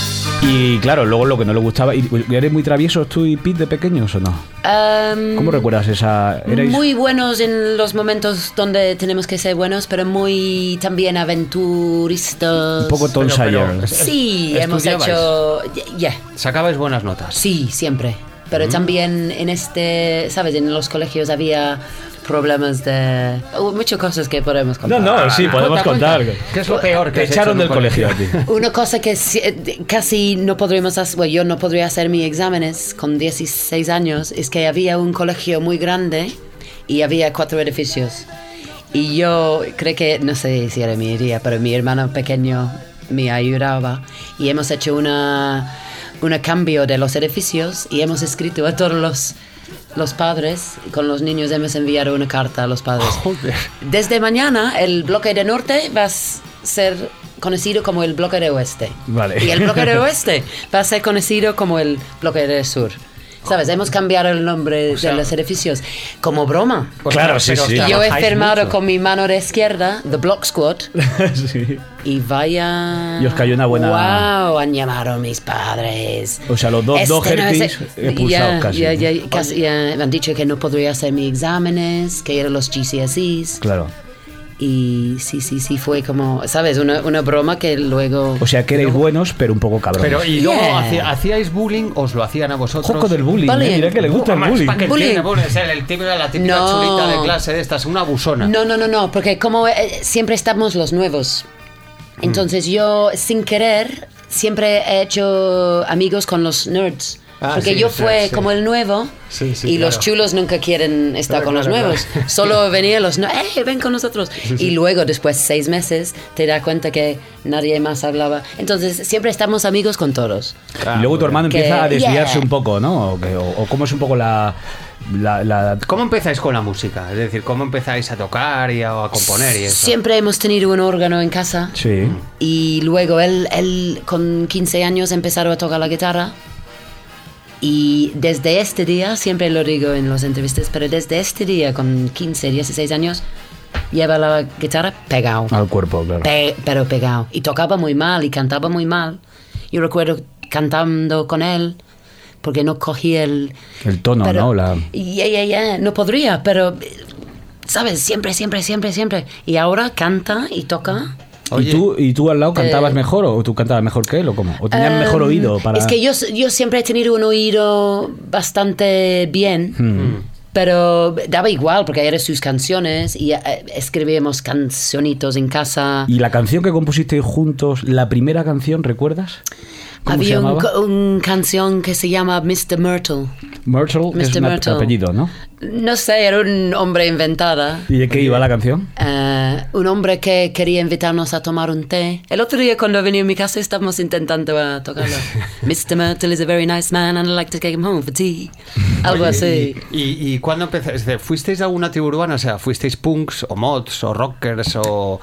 [SPEAKER 2] Y claro, luego lo que no le gustaba. y- ¿Eres muy traviesos tú y Pete de pequeños o no?
[SPEAKER 7] Em,
[SPEAKER 3] Mm.
[SPEAKER 2] ¿Cómo recuerdas esa.? ¿Erais
[SPEAKER 7] Muy buenos en los momentos donde tenemos que ser buenos, pero muy también aventuristas.
[SPEAKER 2] un poco Tom
[SPEAKER 3] Pero- pero-
[SPEAKER 2] Sawyer?
[SPEAKER 7] Sí, hemos
[SPEAKER 3] ¿Estudiabais?
[SPEAKER 7] hecho. Ya, ya,
[SPEAKER 3] Sacabais buenas notas.
[SPEAKER 7] sí, siempre.
[SPEAKER 2] Mm.
[SPEAKER 7] Pero también en este, ¿sabes? En los colegios había problemas de. hubo muchas cosas que podemos
[SPEAKER 2] No,
[SPEAKER 7] contar.
[SPEAKER 2] no, sí, podemos
[SPEAKER 3] Cuenta,
[SPEAKER 2] contar.
[SPEAKER 3] cuenta. ¿Qué es lo
[SPEAKER 7] Pues,
[SPEAKER 3] peor que
[SPEAKER 2] Te
[SPEAKER 3] has hecho
[SPEAKER 2] echaron
[SPEAKER 3] en
[SPEAKER 2] del
[SPEAKER 3] un
[SPEAKER 2] colegio a ti.
[SPEAKER 7] Una cosa que si- eh, casi no podríamos hacer, bueno, yo no podría hacer mis exámenes con 16 años, es que había un colegio muy grande y había cuatro edificios. Y yo creo que, no sé si era mi idea, pero mi hermano pequeño me ayudaba y hemos hecho una, un cambio de los edificios y hemos escrito a todos los, los padres, con los niños hemos enviado una carta a los padres. Desde mañana el bloque de norte va a ser conocido como el bloque de oeste.
[SPEAKER 2] Vale.
[SPEAKER 7] Y el bloque de oeste va a ser conocido como el bloque de sur. ¿Sabes? Hemos cambiado el nombre
[SPEAKER 3] sea-
[SPEAKER 7] de los edificios como broma.
[SPEAKER 3] pues
[SPEAKER 2] Claro, sí, sí.
[SPEAKER 7] Yo he
[SPEAKER 3] trabajáis
[SPEAKER 7] firmado
[SPEAKER 3] mucho.
[SPEAKER 7] con mi mano de izquierda, The Block Squad,
[SPEAKER 2] Sí.
[SPEAKER 7] y vaya...
[SPEAKER 2] Y os cayó una buena-
[SPEAKER 7] ¡Wow! Han llamado mis padres. Este
[SPEAKER 2] O sea, los dos- dos
[SPEAKER 7] es
[SPEAKER 2] Hertis
[SPEAKER 7] el-
[SPEAKER 2] expulsados
[SPEAKER 7] ya,
[SPEAKER 2] casi.
[SPEAKER 7] Ya, ya, casi, ya, me han dicho que no podría hacer mis exámenes, que eran los GCSEs.
[SPEAKER 2] Claro.
[SPEAKER 7] Y sí, sí, sí, fue como, ¿sabes? Una, una broma que luego...
[SPEAKER 2] O sea que erais buenos, pero un poco cabrones.
[SPEAKER 3] Pero y luego
[SPEAKER 7] Yeah.
[SPEAKER 3] haci- hacíais bullying, os lo hacían a vosotros.
[SPEAKER 2] Joco del bullying,
[SPEAKER 7] Bullying.
[SPEAKER 2] eh, mira que le gusta el
[SPEAKER 3] Mamá, es
[SPEAKER 2] bullying.
[SPEAKER 3] pa' que
[SPEAKER 7] Bullying.
[SPEAKER 3] tiene, bullying, es el, el típico, la típica
[SPEAKER 7] No.
[SPEAKER 3] chulita de clase de estas, una abusona.
[SPEAKER 7] No, no, no, no, porque como eh, siempre estamos los nuevos.
[SPEAKER 3] Mm.
[SPEAKER 7] Entonces yo, sin querer, siempre he hecho amigos con los nerds.
[SPEAKER 3] Ah,
[SPEAKER 7] porque
[SPEAKER 3] sí,
[SPEAKER 7] yo
[SPEAKER 3] o sea,
[SPEAKER 7] fue
[SPEAKER 3] sí.
[SPEAKER 7] como el nuevo
[SPEAKER 3] Sí, sí,
[SPEAKER 7] y
[SPEAKER 3] claro.
[SPEAKER 7] los chulos nunca quieren estar
[SPEAKER 3] Claro,
[SPEAKER 7] con los
[SPEAKER 3] claro,
[SPEAKER 7] nuevos.
[SPEAKER 3] claro.
[SPEAKER 7] Solo venían los nuevos, ¡eh, ven con nosotros! Y luego, después de seis meses, te das cuenta que nadie más hablaba. Entonces, siempre estamos amigos con todos.
[SPEAKER 2] y luego tu hermano
[SPEAKER 7] Que-
[SPEAKER 2] empieza a desviarse
[SPEAKER 7] yeah.
[SPEAKER 2] un poco, ¿no? O, que- o- o cómo es un poco la. la, la-
[SPEAKER 3] ¿Cómo empezáis con la música? Es decir, ¿cómo empezáis a tocar y a, a componer y eso?
[SPEAKER 7] Siempre hemos tenido un órgano en casa.
[SPEAKER 2] Sí.
[SPEAKER 7] Y luego él, él con 15 años empezaron a tocar la guitarra. Y desde este día, siempre lo digo en las entrevistas, pero desde este día, con 15, 16 años, lleva la guitarra pegado.
[SPEAKER 2] Al cuerpo, claro.
[SPEAKER 7] Pe- pero pegado. Y tocaba muy mal y cantaba muy mal. Yo recuerdo cantando con él porque no cogía el...
[SPEAKER 2] El tono,
[SPEAKER 7] pero-
[SPEAKER 2] ¿no? La-
[SPEAKER 7] Ya, ya, ya, no podría, pero... ¿Sabes? Siempre, siempre, siempre, siempre. Y ahora canta y toca.
[SPEAKER 2] ¿Y, tú, ¿Y tú al lado cantabas mejor o tú cantabas mejor que él o cómo? ¿O tenías
[SPEAKER 7] Eh, Em,
[SPEAKER 2] mejor oído para.?
[SPEAKER 7] Es que yo, yo siempre he tenido un oído bastante bien,
[SPEAKER 2] Hmm.
[SPEAKER 7] pero daba igual porque eran sus canciones y eh, escribíamos cancionitos en casa.
[SPEAKER 2] ¿Y la canción que compusisteis juntos, la primera canción, recuerdas? ¿Cómo se
[SPEAKER 7] Había
[SPEAKER 2] llamaba?
[SPEAKER 7] una canción que se llama Mr. Myrtle.
[SPEAKER 2] Myrtle es
[SPEAKER 7] Mr.
[SPEAKER 2] un ap-
[SPEAKER 7] Myrtle.
[SPEAKER 2] apellido, ¿no?
[SPEAKER 7] No sé, era un hombre inventada.
[SPEAKER 2] ¿Y de qué iba la canción?
[SPEAKER 7] Eh, un hombre que quería invitarnos a tomar un té. El otro día cuando venía a mi casa estábamos intentando eh, tocarlo. Mr. Myrtle is a very nice man and I'd like to take him home for tea. Algo
[SPEAKER 3] Oye,
[SPEAKER 7] así.
[SPEAKER 3] ¿Y, y, y cuándo empezáis? Es decir, ¿Fuisteis de alguna tribu urbana? O sea, ¿fuisteis punks o mods o rockers o...?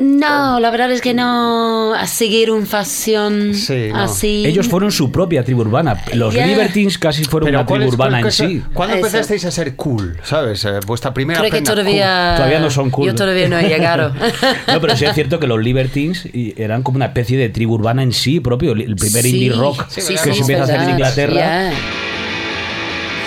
[SPEAKER 7] No, la verdad es que no. A seguir un fashion
[SPEAKER 3] Sí, no.
[SPEAKER 7] así.
[SPEAKER 2] Ellos fueron su propia tribu urbana. Los
[SPEAKER 7] Ya.
[SPEAKER 2] Libertines casi fueron una
[SPEAKER 3] ¿cuál
[SPEAKER 2] tribu
[SPEAKER 3] es-
[SPEAKER 2] urbana
[SPEAKER 3] cuál
[SPEAKER 2] en
[SPEAKER 3] cosa-
[SPEAKER 2] sí.
[SPEAKER 3] ¿Cuándo
[SPEAKER 7] Eso.
[SPEAKER 3] empezasteis a ser cool? ¿Sabes? Eh, vuestra primera
[SPEAKER 7] Creo que
[SPEAKER 3] prenda
[SPEAKER 7] todavía.
[SPEAKER 2] Todavía no son cool.
[SPEAKER 7] Yo todavía no he llegado.
[SPEAKER 2] No, pero sí es cierto que los Libertines y- eran como una especie de tribu urbana en sí propio, el primer
[SPEAKER 7] Sí,
[SPEAKER 2] indie rock
[SPEAKER 7] sí,
[SPEAKER 2] que
[SPEAKER 7] sí,
[SPEAKER 2] se
[SPEAKER 7] es
[SPEAKER 2] empieza a hacer en
[SPEAKER 7] verdad,
[SPEAKER 2] Inglaterra.
[SPEAKER 7] ya.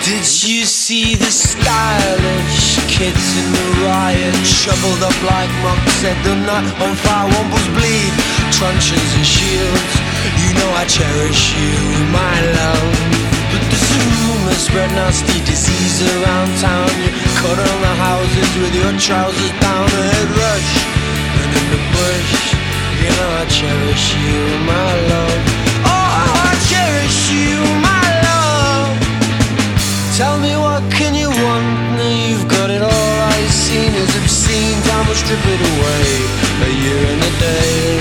[SPEAKER 9] Did you see the stylish kids in the riot? Shoveled up like monks, set the night on fire. Wombles bleed, truncheons and shields. You know I cherish you, my love. But there's a rumor spread nasty disease around town. You cut on the houses with your trousers down. A head rush, and in the bush. You know I cherish you, my love. Oh, I cherish you, my love. Tell me what can you want? Now you've got it all. I've seen is obscene. Time will strip it away. A year and a day.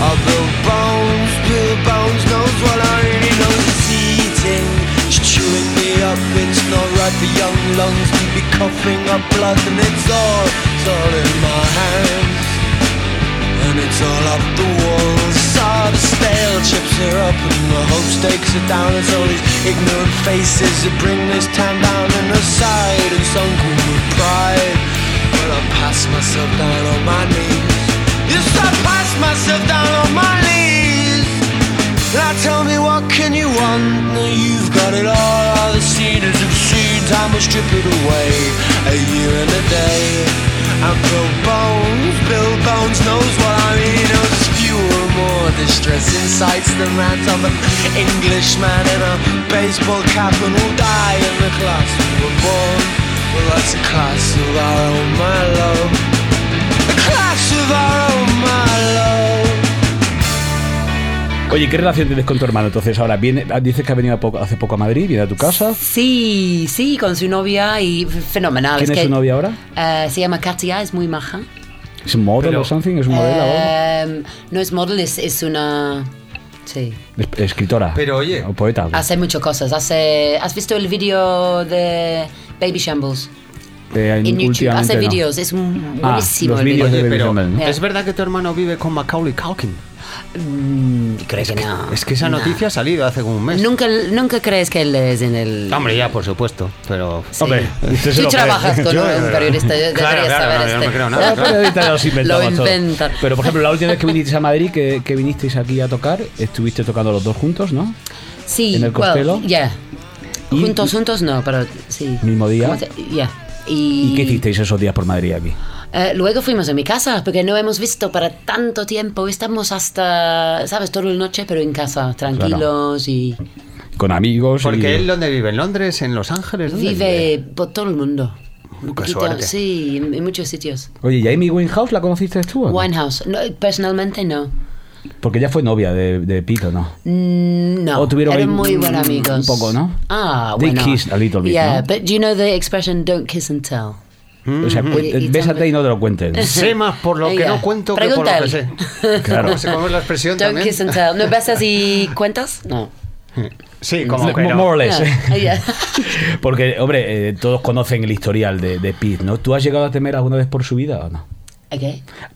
[SPEAKER 9] I'll build bones, build bones. Knows what I really know. It's eating coughing up blood and it's all, it's all in my hands. And it's all up the walls. Saw the stale chips are up and the hope stakes are down. It's all these ignorant faces that bring this town down and aside and sunken with pride. But I pass myself down on my knees. Yes, I pass myself down on my knees. Now tell me what can you want? Now you've got it all. All the cedars have seen time will strip it away. A year and a day. And Bill Bones, Bill Bones knows what I mean. There's fewer more distressing sights than that of an Englishman in a baseball cap and will die in the class we were born. Well, that's a class of our own, my love. A class of our own, my love.
[SPEAKER 2] Oye, ¿qué relación tienes con tu hermano? Entonces, ahora viene, ah, dices que ha venido a poco- hace poco a Madrid, viene a tu casa.
[SPEAKER 7] Sí, sí, con su novia y f- fenomenal.
[SPEAKER 2] ¿Quién es
[SPEAKER 7] Ah, que,
[SPEAKER 2] su novia ahora?
[SPEAKER 7] eh, se llama Katia, es muy maja.
[SPEAKER 2] ¿Es un modelo
[SPEAKER 3] Pero-
[SPEAKER 2] o something? ¿Es un modelo? o-
[SPEAKER 7] Eh, no es model, es, es una... Sí.
[SPEAKER 2] Es- Escritora.
[SPEAKER 3] Pero, oye.
[SPEAKER 2] O poeta. o-
[SPEAKER 7] Hace muchas cosas. Hace, ¿Has visto el vídeo de Baby Shambles?
[SPEAKER 2] eh,
[SPEAKER 7] En YouTube.
[SPEAKER 2] últimamente
[SPEAKER 7] Hace
[SPEAKER 2] no.
[SPEAKER 7] vídeos. Es un-
[SPEAKER 2] Ah,
[SPEAKER 7] buenísimo
[SPEAKER 2] los
[SPEAKER 7] el
[SPEAKER 2] vídeos
[SPEAKER 7] vídeo.
[SPEAKER 2] de-
[SPEAKER 3] Oye, pero
[SPEAKER 2] Benjamin, ¿no?
[SPEAKER 3] ¿es verdad que tu hermano vive con Macaulay Culkin?
[SPEAKER 7] Mm, creo que no.
[SPEAKER 3] Es que esa
[SPEAKER 7] No.
[SPEAKER 3] noticia ha salido hace como un mes.
[SPEAKER 7] Nunca, nunca crees que él es en el...
[SPEAKER 3] Hombre, ya, por supuesto, pero...
[SPEAKER 7] Sí.
[SPEAKER 2] Hombre, usted se
[SPEAKER 7] Tú
[SPEAKER 2] lo cree.
[SPEAKER 7] trabajas con
[SPEAKER 3] Yo,
[SPEAKER 7] un
[SPEAKER 3] pero-
[SPEAKER 7] periodista, yo
[SPEAKER 3] Claro,
[SPEAKER 7] deberías
[SPEAKER 3] claro, no,
[SPEAKER 7] saber
[SPEAKER 3] yo
[SPEAKER 7] este.
[SPEAKER 3] no me creo nada.
[SPEAKER 2] Los periodistas los inventamos
[SPEAKER 7] Lo
[SPEAKER 2] todos.
[SPEAKER 7] inventan.
[SPEAKER 2] Pero por ejemplo, la última vez que vinisteis a Madrid, que, que vinisteis aquí a tocar, estuviste tocando los dos juntos, ¿no?
[SPEAKER 7] Sí,
[SPEAKER 2] en el
[SPEAKER 7] well,
[SPEAKER 2] Costello.
[SPEAKER 7] yeah.
[SPEAKER 2] Y-
[SPEAKER 7] Juntos, juntos no, pero sí.
[SPEAKER 2] ¿Mismo día?
[SPEAKER 7] ¿Cómo se- yeah. Y,
[SPEAKER 2] ¿Y qué hicisteis esos días por Madrid aquí?
[SPEAKER 7] Eh, luego fuimos a mi casa, porque no hemos visto para tanto tiempo. Estamos hasta, ¿sabes? Toda la noche, pero en casa, tranquilos y...
[SPEAKER 2] Con amigos. y-
[SPEAKER 3] Porque él, ¿dónde vive? ¿En Londres? ¿En Los Ángeles? ¿Dónde
[SPEAKER 7] Vive por todo el mundo. Un
[SPEAKER 3] Qué
[SPEAKER 7] poquito,
[SPEAKER 3] suerte.
[SPEAKER 7] sí, en, en muchos sitios.
[SPEAKER 2] Oye, ¿y a Amy Winehouse la conociste tú? o no?
[SPEAKER 7] Winehouse, no, personalmente no.
[SPEAKER 2] Porque ella fue novia de, de Pito, ¿no?
[SPEAKER 7] Mm, No,
[SPEAKER 2] O tuvieron
[SPEAKER 7] eran
[SPEAKER 2] ahí
[SPEAKER 7] muy
[SPEAKER 2] un-
[SPEAKER 7] buenos amigos.
[SPEAKER 2] un poco, ¿no?
[SPEAKER 7] Ah,
[SPEAKER 2] They
[SPEAKER 7] bueno.
[SPEAKER 2] kissed a little bit,
[SPEAKER 7] Yeah,
[SPEAKER 2] ¿no?
[SPEAKER 7] but do you know the expression don't kiss and tell?
[SPEAKER 2] O sea, cu-
[SPEAKER 7] Mm. Y- y
[SPEAKER 2] bésate
[SPEAKER 7] también-
[SPEAKER 2] y no te lo cuentes.
[SPEAKER 3] Sé más por lo que
[SPEAKER 7] Ella.
[SPEAKER 3] no cuento que por lo que sé.
[SPEAKER 7] Pregúntale.
[SPEAKER 2] Claro.
[SPEAKER 3] ¿Cómo se cómo es la expresión
[SPEAKER 7] Don't
[SPEAKER 3] también?
[SPEAKER 7] kiss and tell. ¿No besas y cuentas? No.
[SPEAKER 3] Sí, como que
[SPEAKER 2] More
[SPEAKER 3] no.
[SPEAKER 2] or less,
[SPEAKER 7] No.
[SPEAKER 2] ¿eh?
[SPEAKER 7] Yeah.
[SPEAKER 2] Porque, hombre, eh, todos conocen el historial de, de Pete, ¿no? ¿Tú has llegado a temer alguna vez por su vida o no?
[SPEAKER 7] Ok.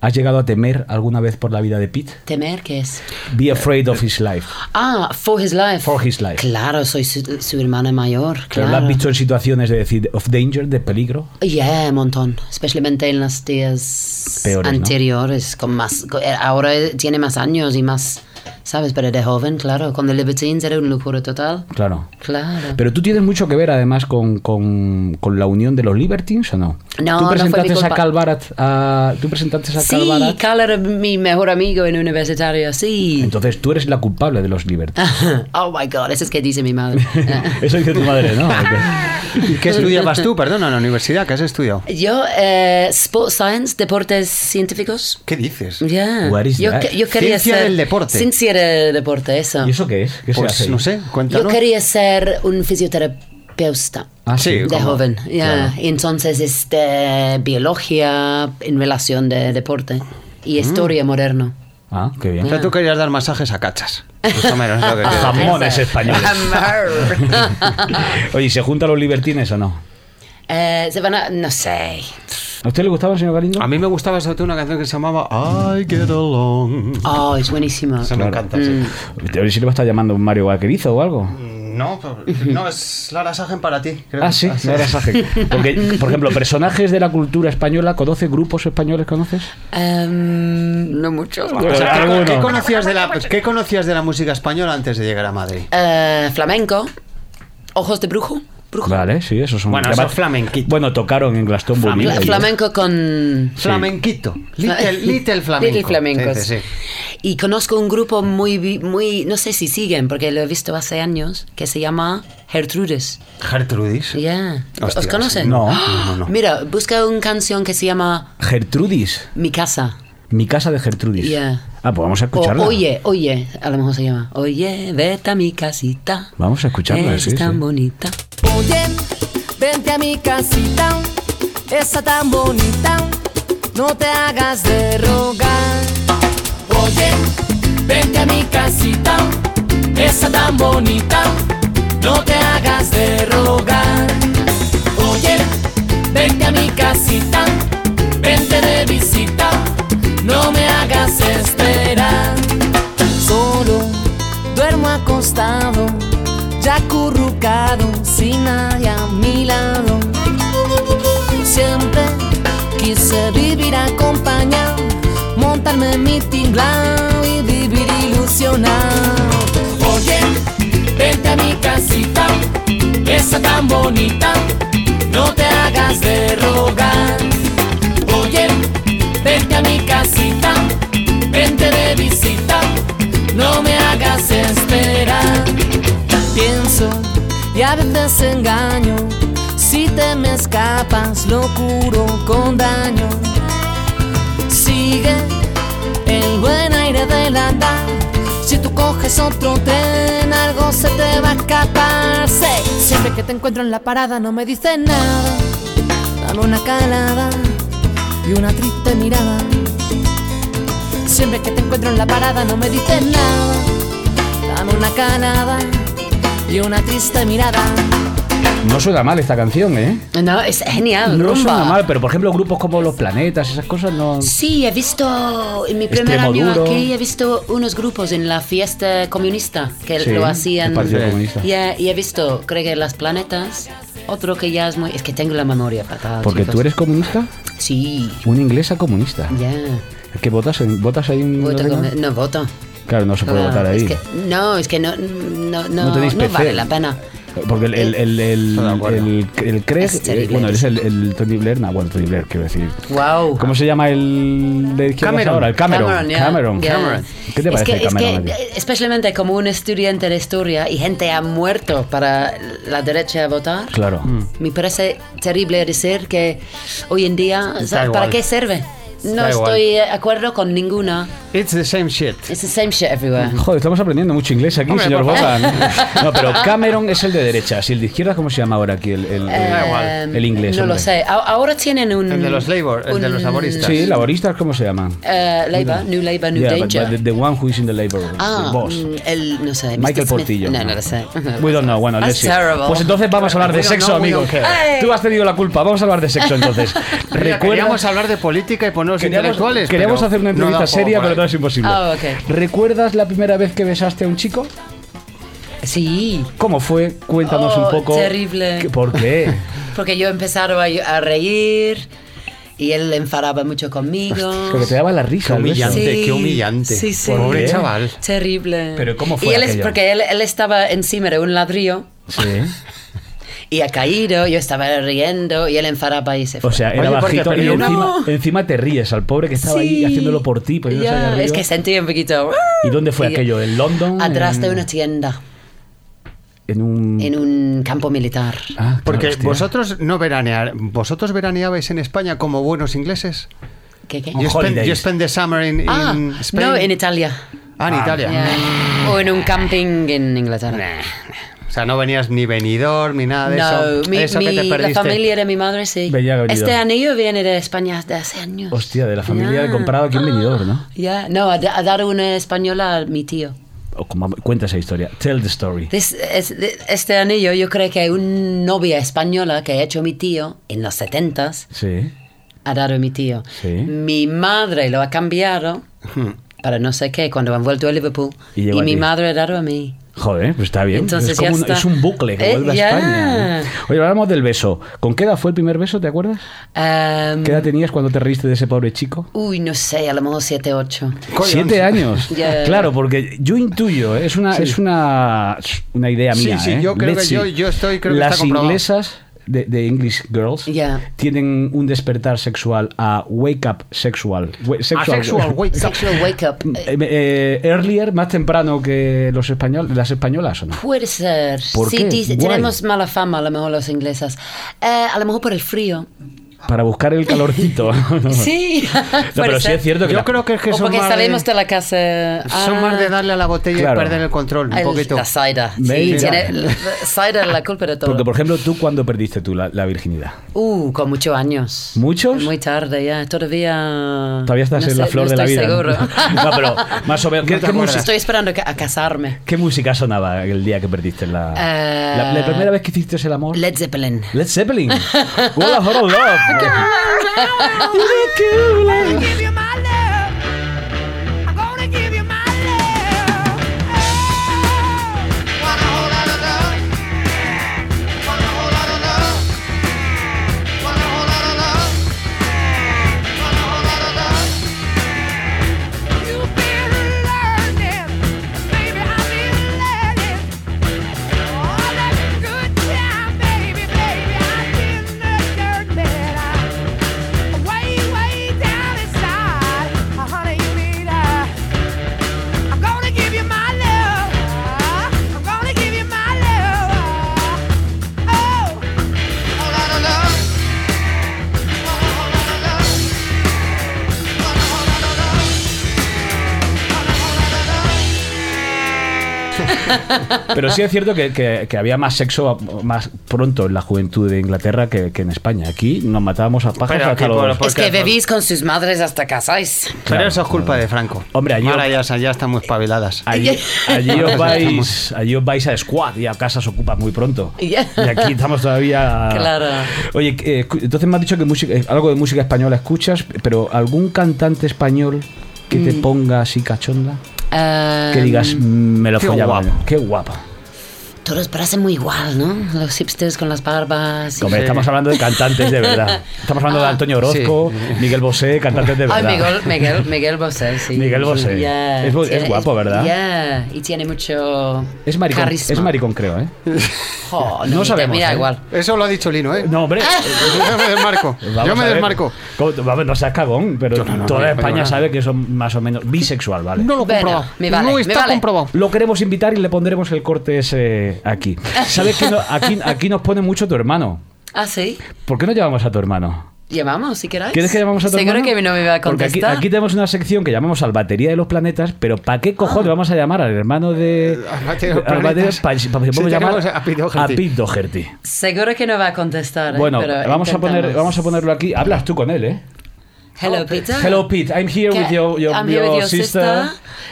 [SPEAKER 2] ¿Has llegado a temer alguna vez por la vida de Pete?
[SPEAKER 7] Temer, ¿qué es?
[SPEAKER 2] Be afraid of his life.
[SPEAKER 7] Ah, for his life.
[SPEAKER 2] For his life.
[SPEAKER 7] Claro, soy su, su hermana mayor.
[SPEAKER 2] Pero
[SPEAKER 7] Claro.
[SPEAKER 2] lo has visto en situaciones de decir of danger, de peligro.
[SPEAKER 7] Yeah, un montón. Especialmente en los días
[SPEAKER 2] Peores, ¿no?
[SPEAKER 7] anteriores. Con más, con- eh, ahora tiene más años y más, ¿sabes? Pero de joven, claro. Con The Libertines era un locura total.
[SPEAKER 2] Claro.
[SPEAKER 7] Claro.
[SPEAKER 2] Pero tú tienes mucho que ver además con, con- con la unión de los Libertines o no?
[SPEAKER 7] No,
[SPEAKER 2] tú
[SPEAKER 7] no fue mi
[SPEAKER 2] presentaste a
[SPEAKER 7] culpa.
[SPEAKER 2] Cal Barat a- tú presentaste a Cal
[SPEAKER 7] sí,
[SPEAKER 2] Barat.
[SPEAKER 7] Cal era mi mejor amigo en universitario, sí.
[SPEAKER 2] Entonces tú eres la culpable de los Libertines.
[SPEAKER 7] oh my God, eso es que dice mi madre.
[SPEAKER 2] Eso dice tu madre, ¿no?
[SPEAKER 7] Ah.
[SPEAKER 3] ¿Y qué estudiabas tú? Perdona, en la universidad, ¿qué has estudiado?
[SPEAKER 7] Yo, eh, Sports Science, deportes científicos.
[SPEAKER 3] ¿Qué dices?
[SPEAKER 7] Yeah.
[SPEAKER 2] What is
[SPEAKER 7] yo,
[SPEAKER 2] that?
[SPEAKER 7] que- yo quería
[SPEAKER 3] Ciencia
[SPEAKER 7] ser-
[SPEAKER 3] del deporte.
[SPEAKER 7] Ciencia del deporte, eso.
[SPEAKER 2] ¿Y eso qué es? ¿Qué se hace
[SPEAKER 3] Pues
[SPEAKER 2] ahí?
[SPEAKER 3] no sé,
[SPEAKER 7] Yo
[SPEAKER 3] cuéntanos.
[SPEAKER 7] quería ser un fisioterapeuta.
[SPEAKER 2] Ah,
[SPEAKER 3] Sí,
[SPEAKER 2] sí.
[SPEAKER 7] De
[SPEAKER 3] ¿Cómo?
[SPEAKER 7] joven, ya. Y Entonces, este, biología en relación de deporte
[SPEAKER 2] Mm.
[SPEAKER 7] y historia moderna.
[SPEAKER 2] Ah, qué
[SPEAKER 3] O
[SPEAKER 2] bien.
[SPEAKER 3] sea, tú querías dar masajes a cachas. Más o menos es lo que quería
[SPEAKER 7] Ah,
[SPEAKER 3] decir.
[SPEAKER 2] Jamones españoles. Oye, ¿se juntan los libertines o no?
[SPEAKER 7] Eh, se van a, no sé.
[SPEAKER 2] ¿A usted le gustaba, señor Galindo?
[SPEAKER 3] A mí me gustaba sobre todo una canción que se llamaba I Get Along.
[SPEAKER 7] Oh, es buenísimo. Mm.
[SPEAKER 3] Esa me encanta, sí.
[SPEAKER 2] A ver si le va a estar llamando Mario Vaquerizo o algo.
[SPEAKER 3] Mm, No, pero- no, es Lara Sagen para ti. creo.
[SPEAKER 2] Ah, sí,
[SPEAKER 3] Así.
[SPEAKER 2] no era Saje. Porque, por ejemplo, personajes de la cultura española, ¿conoces grupos españoles? ¿Conoces?
[SPEAKER 7] Em, no mucho.
[SPEAKER 3] O sea, ¿qué,
[SPEAKER 2] Alguno.
[SPEAKER 3] qué conocías de la, ¿Qué conocías de la música española antes de llegar a Madrid?
[SPEAKER 7] Eh, flamenco. Ojos de brujo. brujo.
[SPEAKER 2] Vale, sí, esos son.
[SPEAKER 3] Bueno, son flamenquitos.
[SPEAKER 2] Bueno, tocaron en Glastonbury.
[SPEAKER 7] Fla-
[SPEAKER 2] Ellos.
[SPEAKER 7] flamenco con...
[SPEAKER 3] Flamenquito. Little, little flamenco.
[SPEAKER 7] Little flamencos.
[SPEAKER 3] Sí, sí, sí.
[SPEAKER 7] Y conozco un grupo muy, vi- muy, no sé si siguen, porque lo he visto hace años, que se llama Gertrudes.
[SPEAKER 3] Gertrudis.
[SPEAKER 7] Yeah.
[SPEAKER 3] Hostia,
[SPEAKER 7] ¿Os conocen?
[SPEAKER 2] no,
[SPEAKER 3] no, no.
[SPEAKER 7] Mira, busca una canción que se llama
[SPEAKER 2] Gertrudis.
[SPEAKER 7] Mi casa.
[SPEAKER 2] Mi casa de Gertrudis.
[SPEAKER 7] Yeah.
[SPEAKER 2] Ah, pues vamos a
[SPEAKER 7] O
[SPEAKER 2] escucharla.
[SPEAKER 7] oye, oye, a lo mejor se llama. Oye, vete a mi casita.
[SPEAKER 2] Vamos a escucharla,
[SPEAKER 7] Es
[SPEAKER 2] sí,
[SPEAKER 7] tan
[SPEAKER 2] sí.
[SPEAKER 7] bonita.
[SPEAKER 8] Oye, vente a mi casita, esa tan bonita, no te hagas de rogar. Oye, vente a mi casita, esa tan bonita, no te hagas de rogar. Oye, ven
[SPEAKER 11] necesitan, vente de visita, no me hagas esperar.
[SPEAKER 8] Solo duermo acostado, ya acurrucado, sin nadie a mi lado. Siempre quise vivir acompañado, montarme en mi tinglao y vivir ilusionado.
[SPEAKER 11] Oye, vente a mi casita, esa tan bonita, no te hagas de rogar. Oye, vente a mi casita, vente de visita, no me hagas esperar.
[SPEAKER 8] Pienso y a veces engaño, si te me escapas lo curo con daño. Sigue el buen aire del andar, si tú coges otro tren algo se te va a escapar. Sé, Siempre que te encuentro en la parada no me dices nada, dame una calada y una triste mirada. Siempre que te encuentro en la parada no me dices nada, dame una calada y una triste mirada.
[SPEAKER 2] No suena mal esta canción, ¿eh?
[SPEAKER 7] No, es genial,
[SPEAKER 2] No
[SPEAKER 7] rumba.
[SPEAKER 2] suena mal, pero por ejemplo grupos como Los Planetas, esas cosas no...
[SPEAKER 7] Sí, he visto en mi
[SPEAKER 2] Extremo
[SPEAKER 7] primer año
[SPEAKER 2] duro.
[SPEAKER 7] aquí, he visto unos grupos en la fiesta comunista que
[SPEAKER 2] Sí,
[SPEAKER 7] lo hacían.
[SPEAKER 2] el Partido Comunista.
[SPEAKER 7] Y he, y he visto, creo que Las Planetas, otro que ya es muy... Es que tengo la memoria fatal.
[SPEAKER 2] Porque
[SPEAKER 7] chicos.
[SPEAKER 2] tú eres comunista,
[SPEAKER 7] Sí,
[SPEAKER 2] una inglesa comunista.
[SPEAKER 7] ya.
[SPEAKER 2] Es que votas, en- votas ahí en
[SPEAKER 7] Voto
[SPEAKER 2] Lorena?
[SPEAKER 7] con- No voto.
[SPEAKER 2] Claro, no se puede
[SPEAKER 7] Ah,
[SPEAKER 2] votar ahí.
[SPEAKER 7] Es que, no, es que no, no, no,
[SPEAKER 2] No tenéis
[SPEAKER 7] no
[SPEAKER 2] PC.
[SPEAKER 7] vale la pena.
[SPEAKER 2] Porque el, el, el, el,
[SPEAKER 3] Estoy de acuerdo.
[SPEAKER 2] el- el Craig,
[SPEAKER 7] Es terrible.
[SPEAKER 2] eh, bueno, él es el, el Tony Blair, no, bueno, Tony Blair, quiero decir.
[SPEAKER 7] Wow.
[SPEAKER 2] ¿Cómo se llama el de izquierdas
[SPEAKER 3] Cameron.
[SPEAKER 2] ahora? El Cameron.
[SPEAKER 7] Cameron, ya,
[SPEAKER 2] Cameron.
[SPEAKER 7] ya.
[SPEAKER 2] ¿Qué te
[SPEAKER 7] es
[SPEAKER 2] parece
[SPEAKER 7] que, es
[SPEAKER 2] Cameron?
[SPEAKER 7] que,
[SPEAKER 2] a ti?
[SPEAKER 7] eh, especialmente como un estudiante de historia y gente ha muerto para la derecha a votar,
[SPEAKER 2] Claro.
[SPEAKER 7] me parece terrible decir que hoy en día, o sea,
[SPEAKER 3] igual.
[SPEAKER 7] ¿para qué sirve? No
[SPEAKER 3] Da igual.
[SPEAKER 7] estoy de acuerdo con ninguna.
[SPEAKER 3] It's the same shit.
[SPEAKER 7] It's the same shit everywhere.
[SPEAKER 2] Joder, estamos aprendiendo mucho inglés aquí,
[SPEAKER 3] Hombre,
[SPEAKER 2] señor
[SPEAKER 3] por
[SPEAKER 2] Bogan. No, pero Cameron es el de derecha. Si el de izquierda, ¿cómo se llama ahora aquí el, el, el-
[SPEAKER 7] Eh,
[SPEAKER 2] el inglés?
[SPEAKER 7] No lo
[SPEAKER 2] hombre?
[SPEAKER 7] sé. A- Ahora tienen un.
[SPEAKER 3] El de los Labour, el de los
[SPEAKER 7] un,
[SPEAKER 3] laboristas.
[SPEAKER 2] Sí, laboristas, ¿cómo se llaman?
[SPEAKER 7] eh, Labour, New Labour, Eh, New
[SPEAKER 2] Yeah, but-
[SPEAKER 7] Danger.
[SPEAKER 2] but the, the one who is in the labor.
[SPEAKER 7] ah,
[SPEAKER 2] the boss.
[SPEAKER 7] mm, el, no sé.
[SPEAKER 2] Michael
[SPEAKER 7] Mr. Smith.
[SPEAKER 2] Portillo.
[SPEAKER 7] No, no lo sé.
[SPEAKER 2] We don't know, bueno,
[SPEAKER 7] That's
[SPEAKER 2] let's see.
[SPEAKER 7] terrible.
[SPEAKER 2] Pues entonces vamos a hablar de
[SPEAKER 3] We don't
[SPEAKER 2] sexo,
[SPEAKER 3] know, we
[SPEAKER 2] amigos.
[SPEAKER 3] don't care.
[SPEAKER 2] Tú has tenido la culpa, vamos a hablar de sexo entonces. Recuerda.
[SPEAKER 3] Queríamos hablar de política y ponernos
[SPEAKER 2] Queríamos,
[SPEAKER 3] intelectuales.
[SPEAKER 2] queríamos
[SPEAKER 3] pero
[SPEAKER 2] hacer una
[SPEAKER 3] no da
[SPEAKER 2] entrevista
[SPEAKER 3] juego
[SPEAKER 2] seria,
[SPEAKER 3] por
[SPEAKER 2] pero no
[SPEAKER 3] ahí.
[SPEAKER 2] es imposible.
[SPEAKER 7] Ah, ok.
[SPEAKER 2] ¿Recuerdas la primera vez que besaste a un chico?
[SPEAKER 7] Sí.
[SPEAKER 2] ¿Cómo fue? Cuéntanos
[SPEAKER 7] Oh,
[SPEAKER 2] un poco.
[SPEAKER 7] terrible.
[SPEAKER 2] ¿Qué- ¿Por qué?
[SPEAKER 7] Porque yo empezaba a, a reír y él enfadaba mucho conmigo.
[SPEAKER 2] Porque te daba la risa.
[SPEAKER 3] Qué
[SPEAKER 2] el beso.
[SPEAKER 3] humillante, qué humillante.
[SPEAKER 7] Sí, sí.
[SPEAKER 3] Pobre
[SPEAKER 2] qué?
[SPEAKER 3] chaval.
[SPEAKER 7] Terrible.
[SPEAKER 2] Pero ¿cómo fue
[SPEAKER 7] y él es
[SPEAKER 2] aquello?
[SPEAKER 7] Porque él, él estaba encima de un ladrillo
[SPEAKER 2] Sí.
[SPEAKER 7] y ha caído, yo estaba riendo y él enfadaba y se fue.
[SPEAKER 2] O sea, era
[SPEAKER 3] Oye, porque
[SPEAKER 2] bajito y
[SPEAKER 3] perdió una-
[SPEAKER 2] encima,
[SPEAKER 7] No.
[SPEAKER 2] encima te ríes al pobre que estaba ahí
[SPEAKER 7] Sí.
[SPEAKER 2] haciéndolo por ti. poniéndose ahí
[SPEAKER 7] Ya,
[SPEAKER 2] arriba.
[SPEAKER 7] es que sentí un poquito... ¡ah!
[SPEAKER 2] ¿Y dónde fue aquello? ¿En London?
[SPEAKER 7] Atrás de
[SPEAKER 2] ¿En-
[SPEAKER 7] una tienda,
[SPEAKER 2] En un...
[SPEAKER 7] en un campo militar.
[SPEAKER 2] Ah,
[SPEAKER 3] Porque
[SPEAKER 2] claro, hostia.
[SPEAKER 3] vosotros no veranear, vosotros veraneabais en España como buenos ingleses.
[SPEAKER 7] ¿Qué, qué?
[SPEAKER 3] You spend,
[SPEAKER 2] holidays.
[SPEAKER 3] you spend the summer in, in
[SPEAKER 7] ah,
[SPEAKER 3] Spain.
[SPEAKER 7] no, en Italia.
[SPEAKER 3] Ah, en Italia.
[SPEAKER 7] Ya. O en un camping en Inglaterra.
[SPEAKER 3] O sea, no venías ni venidor ni nada de
[SPEAKER 7] No,
[SPEAKER 3] eso.
[SPEAKER 7] mi,
[SPEAKER 3] eso
[SPEAKER 7] mi-
[SPEAKER 3] que te
[SPEAKER 7] la
[SPEAKER 3] perdiste.
[SPEAKER 7] familia de mi madre sí.
[SPEAKER 2] Venía venido.
[SPEAKER 7] Este anillo viene de España de hace años.
[SPEAKER 2] Hostia, de la familia
[SPEAKER 7] Ya.
[SPEAKER 2] de comprado aquí en Benidorm, ¿no?
[SPEAKER 7] Ya, no, ha, ha dado una española a mi tío.
[SPEAKER 2] O como- cuenta esa historia. Tell the story.
[SPEAKER 7] This- es- de- este anillo yo creo que una novia española que ha hecho mi tío en los 70s
[SPEAKER 2] Sí.
[SPEAKER 7] ha dado mi tío.
[SPEAKER 2] Sí.
[SPEAKER 7] Mi madre lo ha cambiado
[SPEAKER 3] Hmm.
[SPEAKER 7] para no sé qué cuando han vuelto a Liverpool
[SPEAKER 2] Y
[SPEAKER 7] y,
[SPEAKER 2] llegó a
[SPEAKER 7] mi
[SPEAKER 2] ti.
[SPEAKER 7] madre ha dado a mí.
[SPEAKER 2] Joder, pues está bien.
[SPEAKER 7] Entonces
[SPEAKER 2] es, como
[SPEAKER 7] ya
[SPEAKER 2] un,
[SPEAKER 7] está.
[SPEAKER 2] es un bucle que
[SPEAKER 7] Eh,
[SPEAKER 2] vuelve
[SPEAKER 7] ya.
[SPEAKER 2] a España. Oye, hablamos del beso. ¿Con qué edad fue el primer beso? ¿Te acuerdas?
[SPEAKER 7] Em,
[SPEAKER 2] ¿Qué edad tenías cuando te reíste de ese pobre chico?
[SPEAKER 7] Um, uy, no sé, a lo mejor 7, 8.
[SPEAKER 3] Coño.
[SPEAKER 2] Siete años.
[SPEAKER 7] Ya.
[SPEAKER 2] Claro, porque yo intuyo, ¿eh? es una, es una, una idea
[SPEAKER 3] Sí,
[SPEAKER 2] mía.
[SPEAKER 3] sí,
[SPEAKER 2] ¿eh?
[SPEAKER 3] yo creo que
[SPEAKER 2] Let's see.
[SPEAKER 3] yo- yo estoy- creo que
[SPEAKER 2] Las
[SPEAKER 3] está comprobado.
[SPEAKER 2] inglesas de, de English Girls
[SPEAKER 7] Ya.
[SPEAKER 2] tienen un despertar sexual a wake up sexual. we- sexual-
[SPEAKER 3] Asexual, wake up.
[SPEAKER 7] Sexual wake up. Eh,
[SPEAKER 2] Eh, eh, earlier, más temprano que los españoles, las españolas, ¿o no?
[SPEAKER 7] Puede ser.
[SPEAKER 2] ¿Por
[SPEAKER 7] sí,
[SPEAKER 2] qué?
[SPEAKER 7] dice-
[SPEAKER 2] Guay.
[SPEAKER 7] tenemos mala fama a lo mejor los inglesas. Eh, a lo mejor por el frío.
[SPEAKER 2] Para buscar el calorcito. no,
[SPEAKER 7] Sí.
[SPEAKER 2] pero
[SPEAKER 7] puede
[SPEAKER 2] sí
[SPEAKER 7] ser.
[SPEAKER 2] es cierto que.
[SPEAKER 3] Yo
[SPEAKER 2] la-
[SPEAKER 3] creo que es que
[SPEAKER 7] o
[SPEAKER 3] son
[SPEAKER 7] porque
[SPEAKER 3] más
[SPEAKER 7] salimos de,
[SPEAKER 3] de,
[SPEAKER 7] la casa.
[SPEAKER 3] son
[SPEAKER 7] ah,
[SPEAKER 3] más de darle a la botella
[SPEAKER 2] Claro.
[SPEAKER 3] y perder el control un
[SPEAKER 7] el-
[SPEAKER 3] poquito.
[SPEAKER 7] La cider. Sí,
[SPEAKER 2] Venga.
[SPEAKER 7] tiene, la cider es la culpa de todo.
[SPEAKER 2] Porque, por ejemplo, tú, ¿cuándo perdiste tú la, la virginidad?
[SPEAKER 7] Uh, con muchos años.
[SPEAKER 2] ¿Muchos?
[SPEAKER 7] Muy tarde ya. Todavía.
[SPEAKER 2] Todavía estás
[SPEAKER 7] no
[SPEAKER 2] en
[SPEAKER 7] sé-
[SPEAKER 2] la flor
[SPEAKER 7] no
[SPEAKER 2] de la vida.
[SPEAKER 7] estoy
[SPEAKER 2] ¿no?
[SPEAKER 7] Seguro.
[SPEAKER 2] No, pero más o menos. ¿Qué, qué música-
[SPEAKER 7] Estoy esperando ca- a casarme.
[SPEAKER 2] qué música sonaba el día que perdiste la.
[SPEAKER 7] Eh,
[SPEAKER 2] la, la primera vez que hiciste el amor?
[SPEAKER 7] Led Zeppelin.
[SPEAKER 2] Led Zeppelin. What a Horror Love.
[SPEAKER 9] Uh, Uh, oh.
[SPEAKER 2] Pero sí es cierto que, que- que había más sexo más pronto en la juventud de Inglaterra que, que en España. Aquí nos matábamos a pajas
[SPEAKER 3] Pero
[SPEAKER 2] hasta
[SPEAKER 3] aquí,
[SPEAKER 2] los-
[SPEAKER 3] bueno, pues-
[SPEAKER 7] Es que bebís con sus madres hasta casáis.
[SPEAKER 2] Claro,
[SPEAKER 3] Pero eso es culpa de Franco.
[SPEAKER 2] Hombre, Ah. allí-
[SPEAKER 3] Ahora ya, ya están muy espabiladas.
[SPEAKER 2] Allí, allí os vais, allí os vais a squad y a casa os ocupa muy pronto.
[SPEAKER 7] Ya.
[SPEAKER 2] Y aquí estamos todavía.
[SPEAKER 7] Claro.
[SPEAKER 2] Oye, eh, escu- entonces me has dicho que música, eh, algo de música española escuchas, pero algún cantante español que te ponga así cachonda, que
[SPEAKER 7] Mm. Em,
[SPEAKER 2] digas "Mm, me lo
[SPEAKER 3] qué
[SPEAKER 2] follaba.
[SPEAKER 3] guapo".
[SPEAKER 2] Qué guapa.
[SPEAKER 7] Todos parecen muy igual, ¿no? Los hipsters con las barbas. y-
[SPEAKER 2] Hombre, estamos hablando de cantantes de verdad. Estamos hablando de Antonio Orozco, Miguel Bosé, cantantes de
[SPEAKER 7] Ah, Ay,
[SPEAKER 2] verdad.
[SPEAKER 7] Miguel, Miguel, Miguel Bosé, sí.
[SPEAKER 2] Miguel Bosé.
[SPEAKER 7] Ya,
[SPEAKER 2] Es bu- es
[SPEAKER 7] tiene-
[SPEAKER 2] guapo, ¿verdad?
[SPEAKER 7] ya, Y tiene mucho
[SPEAKER 2] Es maricón,
[SPEAKER 7] carisma.
[SPEAKER 2] es maricón creo, ¿eh?
[SPEAKER 7] Jo,
[SPEAKER 2] No
[SPEAKER 7] me-
[SPEAKER 2] sabemos,
[SPEAKER 7] Mira,
[SPEAKER 2] ¿eh?
[SPEAKER 7] igual.
[SPEAKER 3] Eso lo ha dicho Lino, ¿eh?
[SPEAKER 2] No, hombre.
[SPEAKER 3] Yo me desmarco.
[SPEAKER 2] Pues Vamos
[SPEAKER 3] Yo
[SPEAKER 2] a
[SPEAKER 3] me
[SPEAKER 2] ver.
[SPEAKER 3] desmarco.
[SPEAKER 2] ¿Cómo te- vamos, no seas cagón, pero toda España sabe que son más o menos bisexual, ¿vale?
[SPEAKER 3] No lo he
[SPEAKER 7] Bueno,
[SPEAKER 3] comprobado.
[SPEAKER 7] me vale,
[SPEAKER 3] no
[SPEAKER 7] me
[SPEAKER 3] está
[SPEAKER 7] vale.
[SPEAKER 3] comprobado.
[SPEAKER 2] Lo queremos invitar y le pondremos el corte ese aquí. ¿Sabes que no- aquí, aquí nos pone mucho tu hermano?
[SPEAKER 7] Ah, sí.
[SPEAKER 2] ¿Por qué no llamamos a tu hermano?
[SPEAKER 7] Llamamos, si queráis.
[SPEAKER 2] ¿Quieres que llamamos a tu
[SPEAKER 7] Seguro
[SPEAKER 2] hermano?
[SPEAKER 7] que no me va a
[SPEAKER 2] Porque aquí,
[SPEAKER 7] contestar.
[SPEAKER 2] aquí tenemos una sección que llamamos al batería de los planetas, pero ¿para qué
[SPEAKER 7] Ah.
[SPEAKER 2] cojones vamos a llamar al hermano de.
[SPEAKER 3] Al batería de los planetas.
[SPEAKER 2] para,
[SPEAKER 3] Si tenemos a Pete Doherty.
[SPEAKER 2] Pete Doherty.
[SPEAKER 7] Seguro que no va a contestar. ¿eh?
[SPEAKER 2] Bueno,
[SPEAKER 7] Pero
[SPEAKER 2] vamos a, poner,
[SPEAKER 7] intentamos.
[SPEAKER 2] vamos a ponerlo aquí. Hablas tú con él, ¿eh?
[SPEAKER 7] Hello, Peter.
[SPEAKER 2] Hello, Pete. I'm here
[SPEAKER 7] Ca-
[SPEAKER 2] with your, your,
[SPEAKER 7] I'm
[SPEAKER 2] your
[SPEAKER 7] here with your
[SPEAKER 2] sister.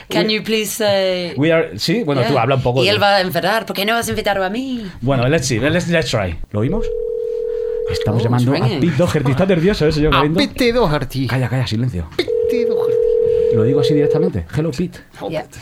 [SPEAKER 7] Can
[SPEAKER 2] We-
[SPEAKER 7] you please say...
[SPEAKER 2] We are, sí, bueno,
[SPEAKER 7] Yeah.
[SPEAKER 2] tú habla un poco.
[SPEAKER 7] Y
[SPEAKER 2] de-
[SPEAKER 7] él va a enfadar. ¿Por qué no vas a invitar a mí?
[SPEAKER 2] Bueno, let's see, let's, let's try. ¿Lo oímos? Estamos
[SPEAKER 7] Oh,
[SPEAKER 2] llamando
[SPEAKER 7] it's
[SPEAKER 2] a
[SPEAKER 7] ringing. Ah.
[SPEAKER 2] Pete Doherty. Está nervioso, ¿eh, señor
[SPEAKER 3] A
[SPEAKER 2] Galindo?
[SPEAKER 3] Pete Doherty.
[SPEAKER 2] Calla, calla, silencio.
[SPEAKER 3] Pete Doherty.
[SPEAKER 2] Lo digo así directamente. Hello, Pete.
[SPEAKER 7] Yeah.
[SPEAKER 2] pues,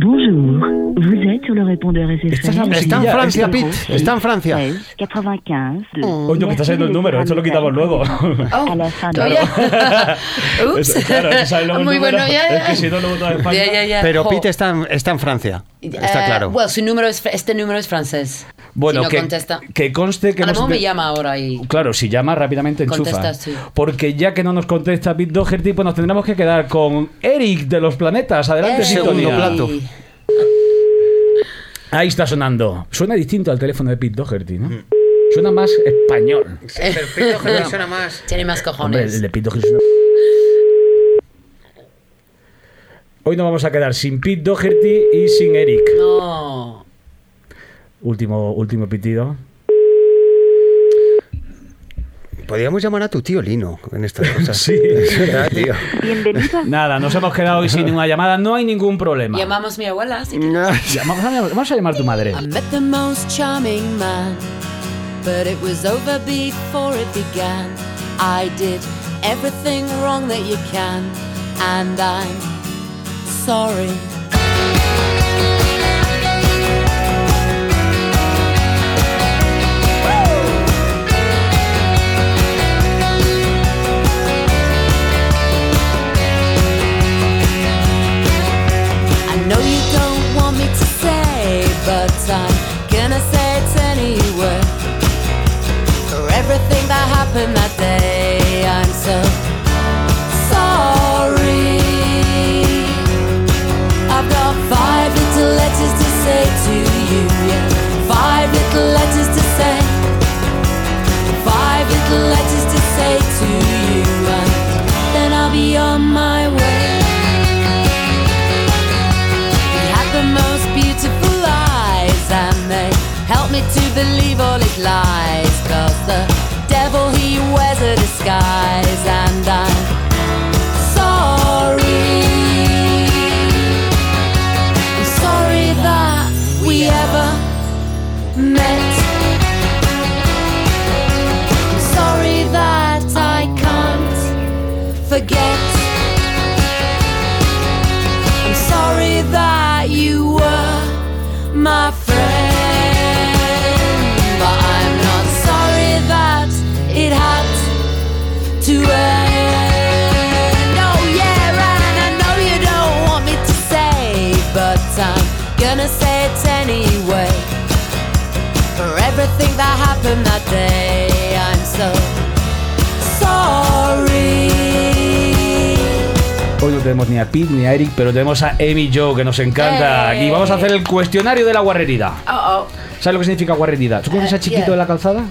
[SPEAKER 12] Bonjour, vous êtes sur le répondeur
[SPEAKER 2] Esta es
[SPEAKER 12] SFR
[SPEAKER 2] la
[SPEAKER 3] Está en
[SPEAKER 2] musiquilla,
[SPEAKER 3] Francia,
[SPEAKER 2] esta-
[SPEAKER 3] Pete. Está en Francia.
[SPEAKER 12] 16 95.
[SPEAKER 2] Coño, me está saliendo el número, esto lo quitamos luego.
[SPEAKER 12] A la fin de
[SPEAKER 7] Oh, yeah. Oops.
[SPEAKER 2] Eso, claro, si sale luego el
[SPEAKER 7] Muy
[SPEAKER 2] número,
[SPEAKER 7] bueno, ya,
[SPEAKER 2] Es
[SPEAKER 7] ya.
[SPEAKER 2] que si no, luego toda España.
[SPEAKER 7] Ya, ya, ya.
[SPEAKER 3] Pero
[SPEAKER 7] Jo.
[SPEAKER 3] Pete está en, está en Francia. Está
[SPEAKER 7] Eh,
[SPEAKER 3] claro.
[SPEAKER 7] Bueno, su número es, fr- este número es francés.
[SPEAKER 2] Bueno,
[SPEAKER 7] si no
[SPEAKER 2] que,
[SPEAKER 7] contesta.
[SPEAKER 2] que conste que
[SPEAKER 7] A lo
[SPEAKER 2] hemos
[SPEAKER 7] mejor
[SPEAKER 2] de-
[SPEAKER 7] me llama ahora y...
[SPEAKER 2] Claro, si llama rápidamente enchufa.
[SPEAKER 7] Contesta, sí.
[SPEAKER 2] Porque ya que no nos contesta Pete Doherty, pues nos tendremos que quedar con Eric de los planetas. Adelante,
[SPEAKER 7] Ey.
[SPEAKER 2] sintonía.
[SPEAKER 3] Segundo plato.
[SPEAKER 2] Ahí está sonando. Suena distinto al teléfono de Pete Doherty, ¿no? Suena más español.
[SPEAKER 3] Perfecto,
[SPEAKER 7] Doherty suena
[SPEAKER 3] más.
[SPEAKER 7] Tiene más
[SPEAKER 2] Hombre,
[SPEAKER 7] cojones.
[SPEAKER 2] el de Pete Doherty suena- Hoy nos vamos a quedar sin Pete Doherty y sin Eric.
[SPEAKER 7] No.
[SPEAKER 2] Último, último pitido.
[SPEAKER 3] Podríamos llamar a tu tío Lino en estas cosas.
[SPEAKER 2] Sí.
[SPEAKER 3] Ya, tío.
[SPEAKER 12] Bienvenido
[SPEAKER 2] Nada, nos hemos quedado hoy sin ninguna llamada. No hay ningún problema.
[SPEAKER 7] Llamamos a mi abuela. así que-
[SPEAKER 2] Vamos a, vamos a llamar a tu madre.
[SPEAKER 8] I met the most charming man, but it was over before it began. I did everything wrong that you can, and I'm sorry. I know you don't want me to say, but I'm gonna say it anyway. For everything that happened that day, I'm so sorry. I've got five little letters to say to you, yeah. Five little letters to say. Five little letters to say to you, and then I'll be on my way. He had the most beautiful eyes, and they helped me to believe all his lies. Cause the devil he wears a disguise, and I'm sorry. I'm sorry that we ever met. I'm sorry that my friend. But I'm not sorry that it had to end. Oh, yeah, and I know you don't want me to say, but I'm gonna say it anyway. For everything that happened that day, I'm so sorry.
[SPEAKER 2] Hoy no tenemos ni a Pete ni a Eric, pero tenemos a Amy Joe, que nos encanta.
[SPEAKER 8] Eh.
[SPEAKER 2] Y vamos a hacer el cuestionario de la guarrerida.
[SPEAKER 8] Oh, oh.
[SPEAKER 2] ¿Sabes lo que significa guarrerida? ¿Tú conoces a
[SPEAKER 7] Eh,
[SPEAKER 2] Chiquito
[SPEAKER 7] yeah.
[SPEAKER 2] de la calzada?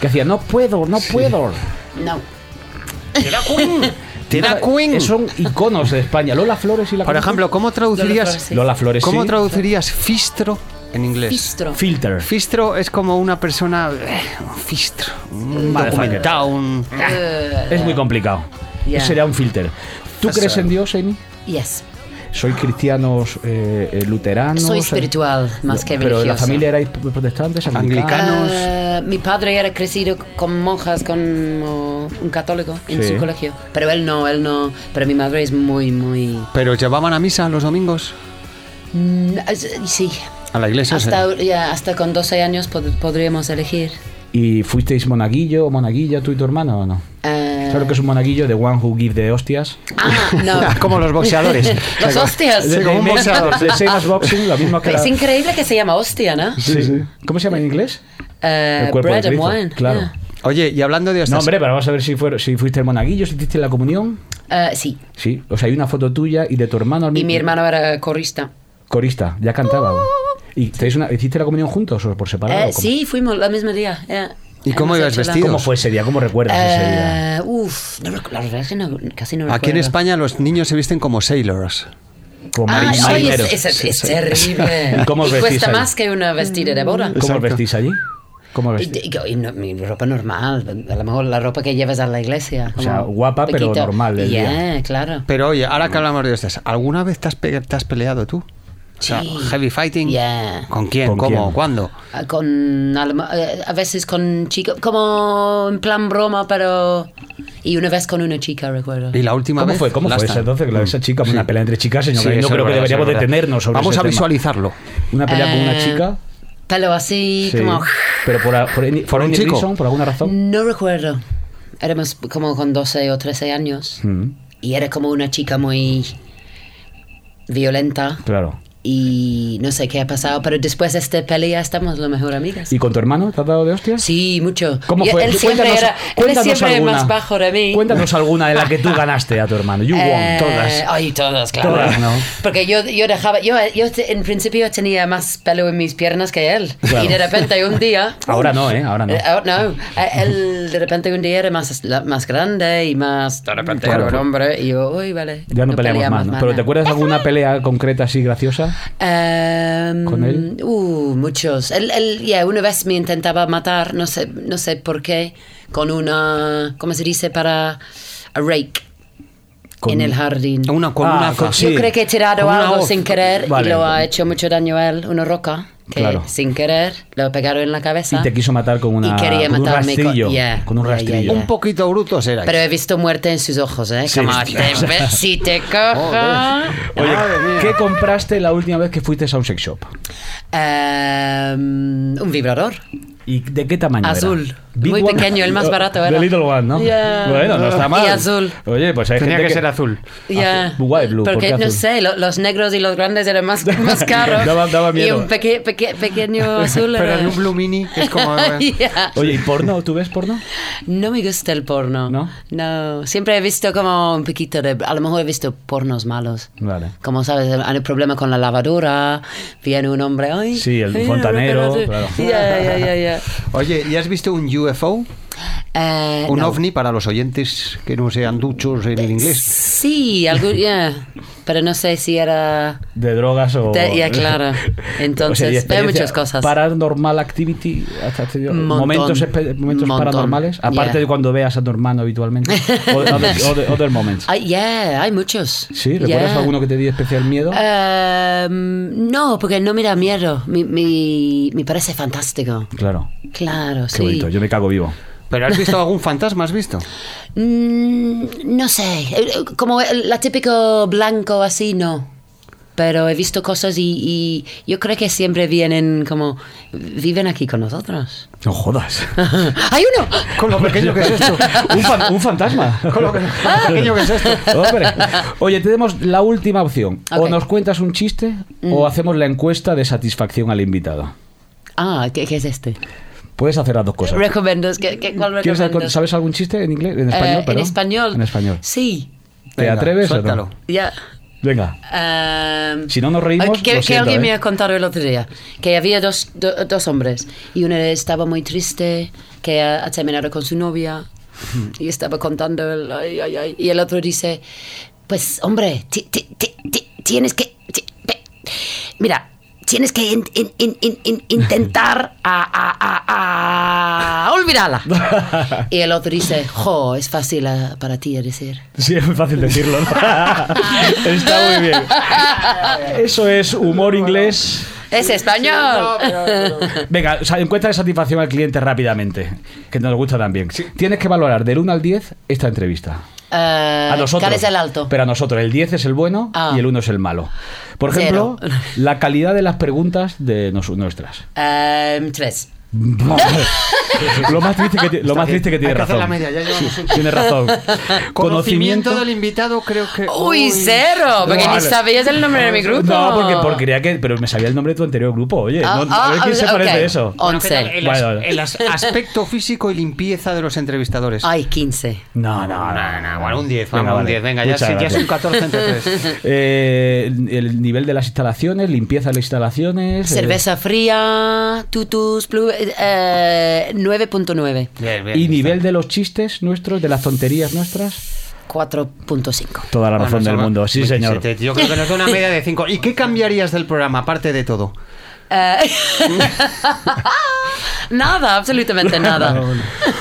[SPEAKER 2] Que hacía, no puedo, no puedo.
[SPEAKER 7] No.
[SPEAKER 3] Tina Queen.
[SPEAKER 2] eh, Son iconos de España. Lola Flores y la
[SPEAKER 3] Por
[SPEAKER 2] conoces?
[SPEAKER 3] ejemplo, ¿cómo
[SPEAKER 7] Flores,
[SPEAKER 3] traducirías
[SPEAKER 7] sí.
[SPEAKER 2] Lola Flores.
[SPEAKER 3] cómo
[SPEAKER 2] sí.
[SPEAKER 3] traducirías fistro en inglés?
[SPEAKER 7] Bistro.
[SPEAKER 2] Filter.
[SPEAKER 3] Fistro es como una persona eh, un fistro, un
[SPEAKER 2] Vale,
[SPEAKER 3] documentado, un
[SPEAKER 7] Uh,
[SPEAKER 2] Es muy complicado.
[SPEAKER 7] Ya.
[SPEAKER 2] Será un filter. ¿Tú crees en Dios, Amy?
[SPEAKER 7] Yes.
[SPEAKER 2] ¿Sois cristianos eh, eh, luteranos?
[SPEAKER 7] Soy
[SPEAKER 2] eh?
[SPEAKER 7] espiritual más que
[SPEAKER 2] ¿Pero de la
[SPEAKER 7] religiosa.
[SPEAKER 2] familia erais protestantes, anglicanos?
[SPEAKER 3] Anglicano.
[SPEAKER 7] Ah, mi padre era crecido con monjas, con oh, un católico en
[SPEAKER 2] Sí.
[SPEAKER 7] su colegio. Pero él no, él no. Pero mi madre es muy, muy.
[SPEAKER 3] Pero llevaban a misa los domingos
[SPEAKER 7] Mm, as- Sí.
[SPEAKER 3] a la iglesia. sí.
[SPEAKER 7] Hasta, ya, hasta con 12 años pod- podríamos elegir.
[SPEAKER 2] ¿Y fuisteis monaguillo o monaguilla tú y tu hermana o no?
[SPEAKER 7] Ah,
[SPEAKER 2] ¿Sabes lo que es un monaguillo? The one who give the hostias.
[SPEAKER 7] ah, no.
[SPEAKER 3] Como los boxeadores.
[SPEAKER 7] Los hostias.
[SPEAKER 2] De-
[SPEAKER 3] como un
[SPEAKER 2] de-
[SPEAKER 3] boxeador.
[SPEAKER 2] De Seimas Boxing, lo mismo que
[SPEAKER 7] Pero
[SPEAKER 2] la...
[SPEAKER 7] es increíble que se llama hostia, ¿no?
[SPEAKER 2] Sí, sí. ¿Cómo se llama en inglés?
[SPEAKER 7] Eh,
[SPEAKER 2] El cuerpo de
[SPEAKER 7] bread and
[SPEAKER 2] Cristo,
[SPEAKER 7] wine. ah.
[SPEAKER 2] claro.
[SPEAKER 7] yeah.
[SPEAKER 3] Oye, y hablando de
[SPEAKER 2] No,
[SPEAKER 3] estas-
[SPEAKER 2] hombre, pero vamos a ver si, fuero- si fuiste el monaguillo, si hiciste la comunión.
[SPEAKER 7] Eh, sí.
[SPEAKER 2] Sí, o sea, hay una foto tuya y de tu hermano al
[SPEAKER 7] Y
[SPEAKER 2] mismo-
[SPEAKER 3] Mm.
[SPEAKER 7] mi hermano era corista.
[SPEAKER 2] Corista, ya cantaba. ¿Y tenéis una- hiciste la comunión juntos o por separado?
[SPEAKER 7] Eh,
[SPEAKER 2] ¿Cómo-
[SPEAKER 7] sí, fuimos el mismo día. yeah.
[SPEAKER 3] ¿Y cómo
[SPEAKER 7] Hemos
[SPEAKER 3] ibas
[SPEAKER 7] hecho la-
[SPEAKER 3] vestido?
[SPEAKER 2] ¿Cómo fue ese día? ¿Cómo recuerdas ese día?
[SPEAKER 7] Eh, uf, no, recu- la verdad es que no- casi
[SPEAKER 2] pues
[SPEAKER 7] no recuerdo.
[SPEAKER 3] Aquí en España los niños se visten como sailors.
[SPEAKER 2] Como
[SPEAKER 7] Ah,
[SPEAKER 2] marin-
[SPEAKER 7] oye,
[SPEAKER 2] marinero.
[SPEAKER 7] es, es- es terrible.
[SPEAKER 2] ¿Y cómo os
[SPEAKER 7] Y
[SPEAKER 2] vestís
[SPEAKER 7] cuesta
[SPEAKER 2] ahí?
[SPEAKER 7] más que una vestida de boda.
[SPEAKER 2] ¿Cómo os vestís allí? ¿Cómo os
[SPEAKER 7] Y-
[SPEAKER 2] vestís?
[SPEAKER 7] y- y no- mi ropa normal, a lo mejor la ropa que llevas a la iglesia. como
[SPEAKER 2] sea, guapa, pero normal el
[SPEAKER 7] Yeah, claro.
[SPEAKER 3] Pero oye,
[SPEAKER 2] Mm.
[SPEAKER 3] ahora que hablamos de estas, ¿alguna vez te has, pe- te has peleado tú? O sea,
[SPEAKER 7] Sí.
[SPEAKER 3] heavy fighting.
[SPEAKER 7] Yeah.
[SPEAKER 3] ¿Con quién?
[SPEAKER 2] ¿Con
[SPEAKER 3] ¿Cómo?
[SPEAKER 2] quién?
[SPEAKER 3] ¿Cuándo?
[SPEAKER 7] Ah, Con, a, lo mo- eh, a veces con chicos, como en plan broma, pero... Y una vez con una chica, recuerdo.
[SPEAKER 3] ¿Y la última
[SPEAKER 2] ¿Cómo
[SPEAKER 3] vez?
[SPEAKER 2] fue? ¿Cómo fue
[SPEAKER 3] Last
[SPEAKER 2] esa
[SPEAKER 3] time.
[SPEAKER 2] entonces? Claro, Esa chica, pues, una pelea entre chicas, señor.
[SPEAKER 3] Sí,
[SPEAKER 2] Gay, no
[SPEAKER 3] eso es
[SPEAKER 2] creo que
[SPEAKER 3] verdad,
[SPEAKER 2] deberíamos
[SPEAKER 3] eso es verdad.
[SPEAKER 2] detenernos sobre
[SPEAKER 3] Vamos
[SPEAKER 2] ese
[SPEAKER 3] a
[SPEAKER 2] tema.
[SPEAKER 3] visualizarlo.
[SPEAKER 2] Una pelea con una
[SPEAKER 7] Eh,
[SPEAKER 2] chica.
[SPEAKER 7] Pelo así,
[SPEAKER 2] sí,
[SPEAKER 7] como...
[SPEAKER 2] Pero por, por, any- for
[SPEAKER 3] un
[SPEAKER 2] any
[SPEAKER 3] chico?
[SPEAKER 2] reason, por alguna razón.
[SPEAKER 7] No recuerdo. Éramos como con 12 o 13 años.
[SPEAKER 2] Mm,
[SPEAKER 7] Y era como una chica muy violenta.
[SPEAKER 2] claro.
[SPEAKER 7] Y no sé qué ha pasado. Pero después de esta pelea estamos lo mejor amigas.
[SPEAKER 2] ¿Y con tu hermano te has dado de hostias?
[SPEAKER 7] Sí, mucho.
[SPEAKER 2] ¿Cómo
[SPEAKER 7] Y
[SPEAKER 2] fue?
[SPEAKER 7] Él siempre
[SPEAKER 2] Cuéntanos-
[SPEAKER 7] era, él
[SPEAKER 2] cuéntanos
[SPEAKER 7] siempre
[SPEAKER 2] alguna.
[SPEAKER 7] más bajo de mí.
[SPEAKER 2] Cuéntanos alguna de la que tú ganaste a tu hermano. You
[SPEAKER 7] Eh,
[SPEAKER 2] won todas.
[SPEAKER 7] Ay, todas, claro.
[SPEAKER 2] Todas, ¿no?
[SPEAKER 7] Porque yo, yo dejaba, yo, yo te- en principio tenía más pelo en mis piernas que él.
[SPEAKER 2] Claro.
[SPEAKER 7] Y de repente un día...
[SPEAKER 2] Ahora no, ¿eh? Ahora no.
[SPEAKER 7] Eh, ahora no. Eh, Él de repente un día era más, la- más grande y más... De repente
[SPEAKER 2] Claro.
[SPEAKER 7] era un hombre y yo, uy, vale.
[SPEAKER 2] Ya no, peleamos, más. ¿no? ¿Pero te acuerdas de alguna pelea concreta así graciosa?
[SPEAKER 7] Em,
[SPEAKER 2] ¿Con él?
[SPEAKER 7] Uh, muchos. Él, él, ya, una vez me intentaba matar, no sé, no sé por qué, con una, ¿cómo se dice? Para a rake
[SPEAKER 2] Con-
[SPEAKER 7] en el jardín.
[SPEAKER 3] Una con
[SPEAKER 2] Ah,
[SPEAKER 3] una
[SPEAKER 2] con-
[SPEAKER 3] fa-
[SPEAKER 2] sí.
[SPEAKER 7] Yo creo que he tirado
[SPEAKER 3] Con una
[SPEAKER 7] algo
[SPEAKER 3] hoz.
[SPEAKER 7] sin querer
[SPEAKER 2] Vale.
[SPEAKER 7] y lo ha hecho mucho daño a él, una roca, que
[SPEAKER 2] Claro.
[SPEAKER 7] sin querer lo pegaron en la cabeza.
[SPEAKER 2] Y te quiso matar con, una,
[SPEAKER 7] Y quería
[SPEAKER 2] con un
[SPEAKER 7] matarme con-
[SPEAKER 2] rastrillo.
[SPEAKER 7] yeah,
[SPEAKER 2] con un
[SPEAKER 7] yeah, yeah,
[SPEAKER 2] rastrillo.
[SPEAKER 7] yeah.
[SPEAKER 3] Un poquito brutos erais.
[SPEAKER 7] Pero he visto muerte en sus ojos, ¿eh?
[SPEAKER 2] Sí,
[SPEAKER 7] Como,
[SPEAKER 2] hostia.
[SPEAKER 7] te ve- si te cojo...
[SPEAKER 2] Oye,
[SPEAKER 3] Madre mía.
[SPEAKER 2] ¿qué compraste la última vez que fuiste a un sex shop?
[SPEAKER 7] Em, un vibrador.
[SPEAKER 2] ¿Y de qué tamaño era?
[SPEAKER 7] Azul.
[SPEAKER 2] Big
[SPEAKER 7] Muy
[SPEAKER 2] one?
[SPEAKER 7] pequeño, el más barato
[SPEAKER 2] The
[SPEAKER 7] era.
[SPEAKER 2] Little One, ¿no?
[SPEAKER 7] Yeah.
[SPEAKER 2] Bueno, no está mal.
[SPEAKER 7] Y azul.
[SPEAKER 2] Oye, pues hay
[SPEAKER 3] Tenía
[SPEAKER 2] gente
[SPEAKER 3] que ser azul.
[SPEAKER 7] Ya.
[SPEAKER 2] Why blue? ¿Por
[SPEAKER 7] Porque
[SPEAKER 2] qué
[SPEAKER 7] no
[SPEAKER 2] azul?
[SPEAKER 7] sé, lo- los negros y los grandes eran más, más caros.
[SPEAKER 2] Daba- daba
[SPEAKER 7] Y
[SPEAKER 2] miedo.
[SPEAKER 7] un peque- peque- pequeño azul
[SPEAKER 3] Pero
[SPEAKER 7] era.
[SPEAKER 3] de un blue mini que es como...
[SPEAKER 7] Ya.
[SPEAKER 2] Oye, ¿y porno? ¿Tú ves porno?
[SPEAKER 7] No me gusta el porno.
[SPEAKER 2] ¿No?
[SPEAKER 7] No. Siempre he visto como un poquito de. A lo mejor he visto pornos malos.
[SPEAKER 2] Vale.
[SPEAKER 7] Como sabes, hay un problema con la lavadora. Viene un hombre. Ay,
[SPEAKER 2] Sí, el
[SPEAKER 7] ay,
[SPEAKER 2] fontanero,
[SPEAKER 7] no, no, no,
[SPEAKER 2] claro.
[SPEAKER 7] Ya, ya, ya, ya.
[SPEAKER 3] Oye, ¿y has visto un UFO?
[SPEAKER 7] Eh,
[SPEAKER 3] Un
[SPEAKER 7] no.
[SPEAKER 3] ovni para los oyentes que no sean duchos en el inglés.
[SPEAKER 7] Sí, algo, ya. pero no sé si era.
[SPEAKER 2] ¿De drogas o...?
[SPEAKER 7] De- ya, claro. Entonces,
[SPEAKER 2] ¿y
[SPEAKER 7] hay
[SPEAKER 2] experiencia
[SPEAKER 7] muchas cosas.
[SPEAKER 2] ¿Paranormal activity? ¿Has- has tenido
[SPEAKER 7] Un montón.
[SPEAKER 2] ¿Momentos, espe- momentos
[SPEAKER 7] Montón.
[SPEAKER 2] paranormales? Aparte
[SPEAKER 7] Yeah.
[SPEAKER 2] de cuando veas a tu hermano habitualmente. O de other, other- other moments.
[SPEAKER 7] Ay, yeah, hay muchos.
[SPEAKER 2] ¿Sí? ¿Recuerdas
[SPEAKER 7] Yeah.
[SPEAKER 2] alguno que te di especial miedo?
[SPEAKER 7] Eh, Em, no, porque no me da miedo. Me, me- me parece fantástico.
[SPEAKER 2] Claro.
[SPEAKER 7] Claro,
[SPEAKER 2] Qué
[SPEAKER 7] sí.
[SPEAKER 2] bonito. Yo me cago vivo.
[SPEAKER 3] ¿Pero has visto algún fantasma? ¿Has visto?
[SPEAKER 7] eh, Mm, no sé. Eh, Como el la típico blanco así, no. pero he visto cosas y, y yo creo que siempre vienen como, viven aquí con nosotros.
[SPEAKER 2] No jodas.
[SPEAKER 7] ¡Hay uno!
[SPEAKER 3] Con lo pequeño que es esto.
[SPEAKER 2] Un, fan- un fantasma. Ah.
[SPEAKER 3] Con lo, que- con lo pequeño que es esto.
[SPEAKER 2] Hombre. Oye, tenemos la última opción. O
[SPEAKER 7] Ok. Mm.
[SPEAKER 2] nos cuentas un chiste o hacemos la encuesta de satisfacción al invitado.
[SPEAKER 7] Ah, ¿qué, qué es este?
[SPEAKER 2] Puedes hacer las dos cosas.
[SPEAKER 7] ¿Recomiendas? ¿Qué, qué, ¿Cuál
[SPEAKER 2] ¿Quieres saber-
[SPEAKER 7] recomiendas?
[SPEAKER 2] ¿Sabes algún chiste en inglés? En
[SPEAKER 7] Eh,
[SPEAKER 2] español,
[SPEAKER 7] en
[SPEAKER 2] perdón.
[SPEAKER 7] español.
[SPEAKER 2] En español.
[SPEAKER 7] Sí,
[SPEAKER 2] ¿Te
[SPEAKER 3] Venga,
[SPEAKER 2] atreves o
[SPEAKER 3] suéltalo.
[SPEAKER 2] no?
[SPEAKER 7] ya.
[SPEAKER 2] Venga.
[SPEAKER 7] Em,
[SPEAKER 2] Si no nos reímos,
[SPEAKER 7] que,
[SPEAKER 2] lo
[SPEAKER 7] que
[SPEAKER 2] siento,
[SPEAKER 7] alguien
[SPEAKER 2] ¿eh?
[SPEAKER 7] me ha contado el otro día que había dos, do- dos hombres y uno estaba muy triste que ha, ha terminado con su novia y estaba contando el, ay, ay, ay. y el otro dice pues hombre ti- ti- ti- ti- tienes que ti- pe- mira tienes que in- in- in- in- in- intentar a, a- a- a olvidarla y el otro dice jo es fácil eh, para ti decir
[SPEAKER 2] Sí, es muy fácil decirlo. ¿no? Está muy bien. Eso es humor inglés.
[SPEAKER 7] es español
[SPEAKER 2] Venga, o sea, encuesta de satisfacción al cliente rápidamente, que nos gusta también. Tienes que valorar del 1 al 10 esta entrevista.
[SPEAKER 7] Eh,
[SPEAKER 2] A nosotros.
[SPEAKER 7] ¿Cuál es el alto?
[SPEAKER 2] Pero a nosotros, el 10 es el bueno
[SPEAKER 7] Ah.
[SPEAKER 2] y el 1 es el malo. Por ejemplo,
[SPEAKER 7] Cero.
[SPEAKER 2] la calidad de las preguntas de nos- nuestras.
[SPEAKER 7] Em, tres.
[SPEAKER 2] lo más triste que, ti- lo más triste que tiene
[SPEAKER 3] Hay que hacer
[SPEAKER 2] razón.
[SPEAKER 3] la media, ya llevamos un-
[SPEAKER 2] Tiene razón.
[SPEAKER 3] Conocimiento del invitado creo que...
[SPEAKER 7] Uy, cero, porque
[SPEAKER 2] Vale.
[SPEAKER 7] ni sabías el nombre de mi grupo.
[SPEAKER 2] No, porque, porque creía que. Pero me sabía el nombre de tu anterior grupo, oye.
[SPEAKER 7] Ah,
[SPEAKER 2] no- a ver
[SPEAKER 7] ah,
[SPEAKER 2] quién se
[SPEAKER 7] ah,
[SPEAKER 2] parece
[SPEAKER 7] ok.
[SPEAKER 2] a eso.
[SPEAKER 3] Bueno, ¿qué tal?
[SPEAKER 7] Once.
[SPEAKER 3] El,
[SPEAKER 2] Vale,
[SPEAKER 3] as-
[SPEAKER 2] vale.
[SPEAKER 3] el as- aspecto físico y limpieza de los entrevistadores. Ah,
[SPEAKER 7] Ay, 15.
[SPEAKER 2] No, no,
[SPEAKER 3] No,
[SPEAKER 2] no,
[SPEAKER 3] no, bueno, un 10, vamos, un
[SPEAKER 2] vale.
[SPEAKER 3] 10. Venga, ya,
[SPEAKER 2] Muchas
[SPEAKER 3] sí, ya es
[SPEAKER 2] gracias.
[SPEAKER 3] un 14 entre 3.
[SPEAKER 2] Eh, el, el nivel de las instalaciones, limpieza de las instalaciones. eh,
[SPEAKER 7] Cerveza fría, tutus, plu- eh, 9.9.
[SPEAKER 3] Bien, bien.
[SPEAKER 2] y nivel de los chistes nuestros, de las tonterías nuestras.
[SPEAKER 7] 4.5.
[SPEAKER 2] Toda la
[SPEAKER 3] Bueno,
[SPEAKER 2] razón del
[SPEAKER 3] somos
[SPEAKER 2] mundo, sí, señor.
[SPEAKER 3] 27. Yo creo que nos da una media de 5. ¿Y qué cambiarías del programa, aparte de todo?
[SPEAKER 7] Eh, nada, absolutamente nada.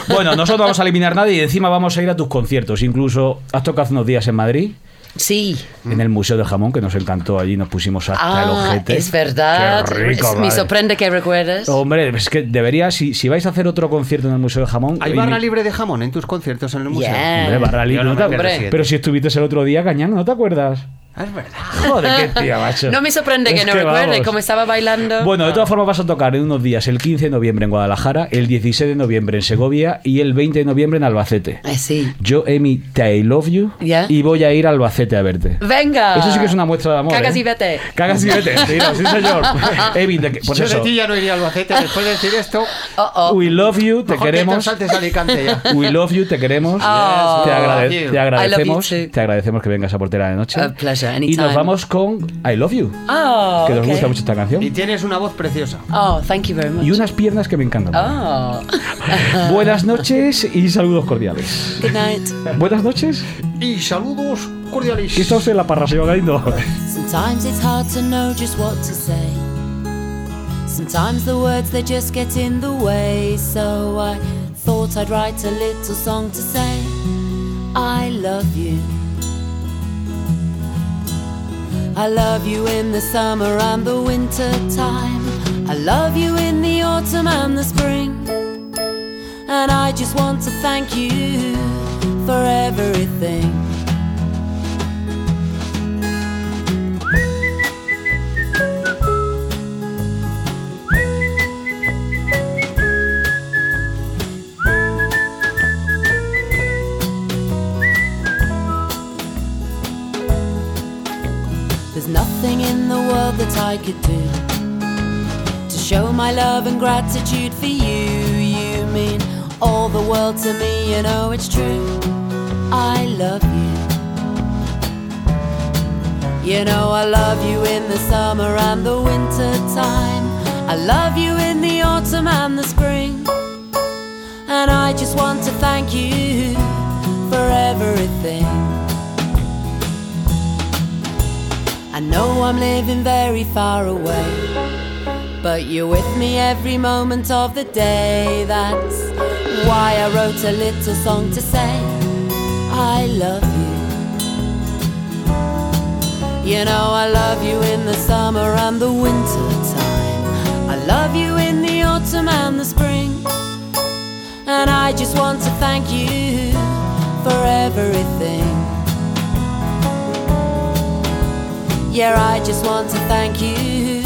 [SPEAKER 2] Bueno, nosotros vamos a eliminar nadie y encima vamos a ir a tus conciertos. Incluso has tocado hace unos días en Madrid.
[SPEAKER 7] Sí.
[SPEAKER 2] En el Museo de Jamón, que nos encantó allí, nos pusimos hasta el
[SPEAKER 7] Ah,
[SPEAKER 2] ojete.
[SPEAKER 7] es verdad.
[SPEAKER 2] Qué rico, Oh,
[SPEAKER 7] Es-
[SPEAKER 2] madre.
[SPEAKER 7] me sorprende que recuerdes.
[SPEAKER 2] Hombre, es que debería, si, si vais a hacer otro concierto en el Museo de Jamón.
[SPEAKER 3] ¿Hay
[SPEAKER 2] y-
[SPEAKER 3] barra libre de jamón en tus conciertos en el museo?
[SPEAKER 7] Yeah.
[SPEAKER 2] Hombre, barra
[SPEAKER 3] Yo
[SPEAKER 2] libre.
[SPEAKER 3] no me
[SPEAKER 2] no te-
[SPEAKER 3] pierdo
[SPEAKER 7] Hombre.
[SPEAKER 3] siete.
[SPEAKER 2] Pero si estuviste el otro día, Gañán, ¿no te acuerdas?
[SPEAKER 3] Ah, Es verdad.
[SPEAKER 2] Joder, qué tío, macho.
[SPEAKER 7] No me sorprende
[SPEAKER 2] Es
[SPEAKER 7] que no recuerde
[SPEAKER 2] vamos.
[SPEAKER 7] cómo Ah. estaba bailando.
[SPEAKER 2] Bueno, de todas formas vas a tocar en unos días, el 15 de noviembre en Guadalajara, el 16 de noviembre en Segovia y el 20 de noviembre en Albacete.
[SPEAKER 7] Eh, sí.
[SPEAKER 2] Yo, Emi, te I love you
[SPEAKER 7] Ya.
[SPEAKER 2] y voy a ir a Albacete a verte.
[SPEAKER 7] Venga.
[SPEAKER 2] Eso sí que es una muestra de amor.
[SPEAKER 7] Cagas
[SPEAKER 2] ¿eh?
[SPEAKER 7] y vete.
[SPEAKER 2] Cagas y vete. Sí, no, sí, señor. Emi, de que- pues
[SPEAKER 3] Yo
[SPEAKER 2] eso.
[SPEAKER 3] de ti ya no iría al Albacete después de decir esto.
[SPEAKER 7] Oh, oh.
[SPEAKER 2] We love you, te
[SPEAKER 3] mejor que
[SPEAKER 2] queremos.
[SPEAKER 3] saltes a Alicante ya.
[SPEAKER 2] We love you, te queremos.
[SPEAKER 7] Oh.
[SPEAKER 2] te, agrade-
[SPEAKER 3] Thank you.
[SPEAKER 2] te agradecemos.
[SPEAKER 7] I love you too.
[SPEAKER 2] Te agradecemos que vengas a portera de noche.
[SPEAKER 7] A pleasure,
[SPEAKER 2] y nos
[SPEAKER 7] anytime.
[SPEAKER 2] vamos con I love you,
[SPEAKER 7] Oh,
[SPEAKER 2] que nos
[SPEAKER 7] ok.
[SPEAKER 2] gusta mucho esta canción.
[SPEAKER 3] Y tienes una voz preciosa.
[SPEAKER 7] Oh, thank you very much.
[SPEAKER 2] Y unas piernas que me encantan.
[SPEAKER 7] Oh,
[SPEAKER 2] Buenas noches y saludos cordiales.
[SPEAKER 7] good night.
[SPEAKER 2] Buenas noches.
[SPEAKER 3] Y saludos cordiales.
[SPEAKER 2] ¿Qué está usted en la parra, señor Galindo?
[SPEAKER 8] Sometimes it's hard to know just what to say. Sometimes the words they just get in the way. So I thought I'd write a little song to say, I love you. I love you in the summer and the winter time. I love you in the autumn and the spring. And I just want to thank you for everything. There's nothing in the world that I could do to show my love and gratitude for you. You mean all the world to me, you know it's true. I love you. You know I love you in the summer and the winter time. I love you in the autumn and the spring. And I just want to thank you for everything. I know I'm living very far away, but you're with me every moment of the day. That's why I wrote a little song to say, I love you. You know, I love you in the summer and the winter time. I love you in the autumn and the spring. And I just want to thank you for everything.
[SPEAKER 7] Yeah, I just want to thank you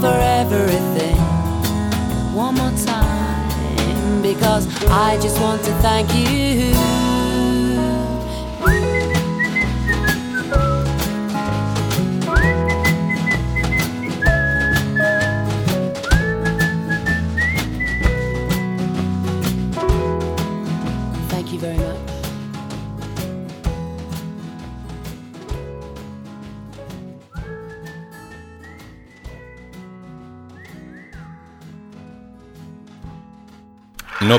[SPEAKER 7] for everything. One more time, because I just want to thank you. Thank you very much.
[SPEAKER 10] No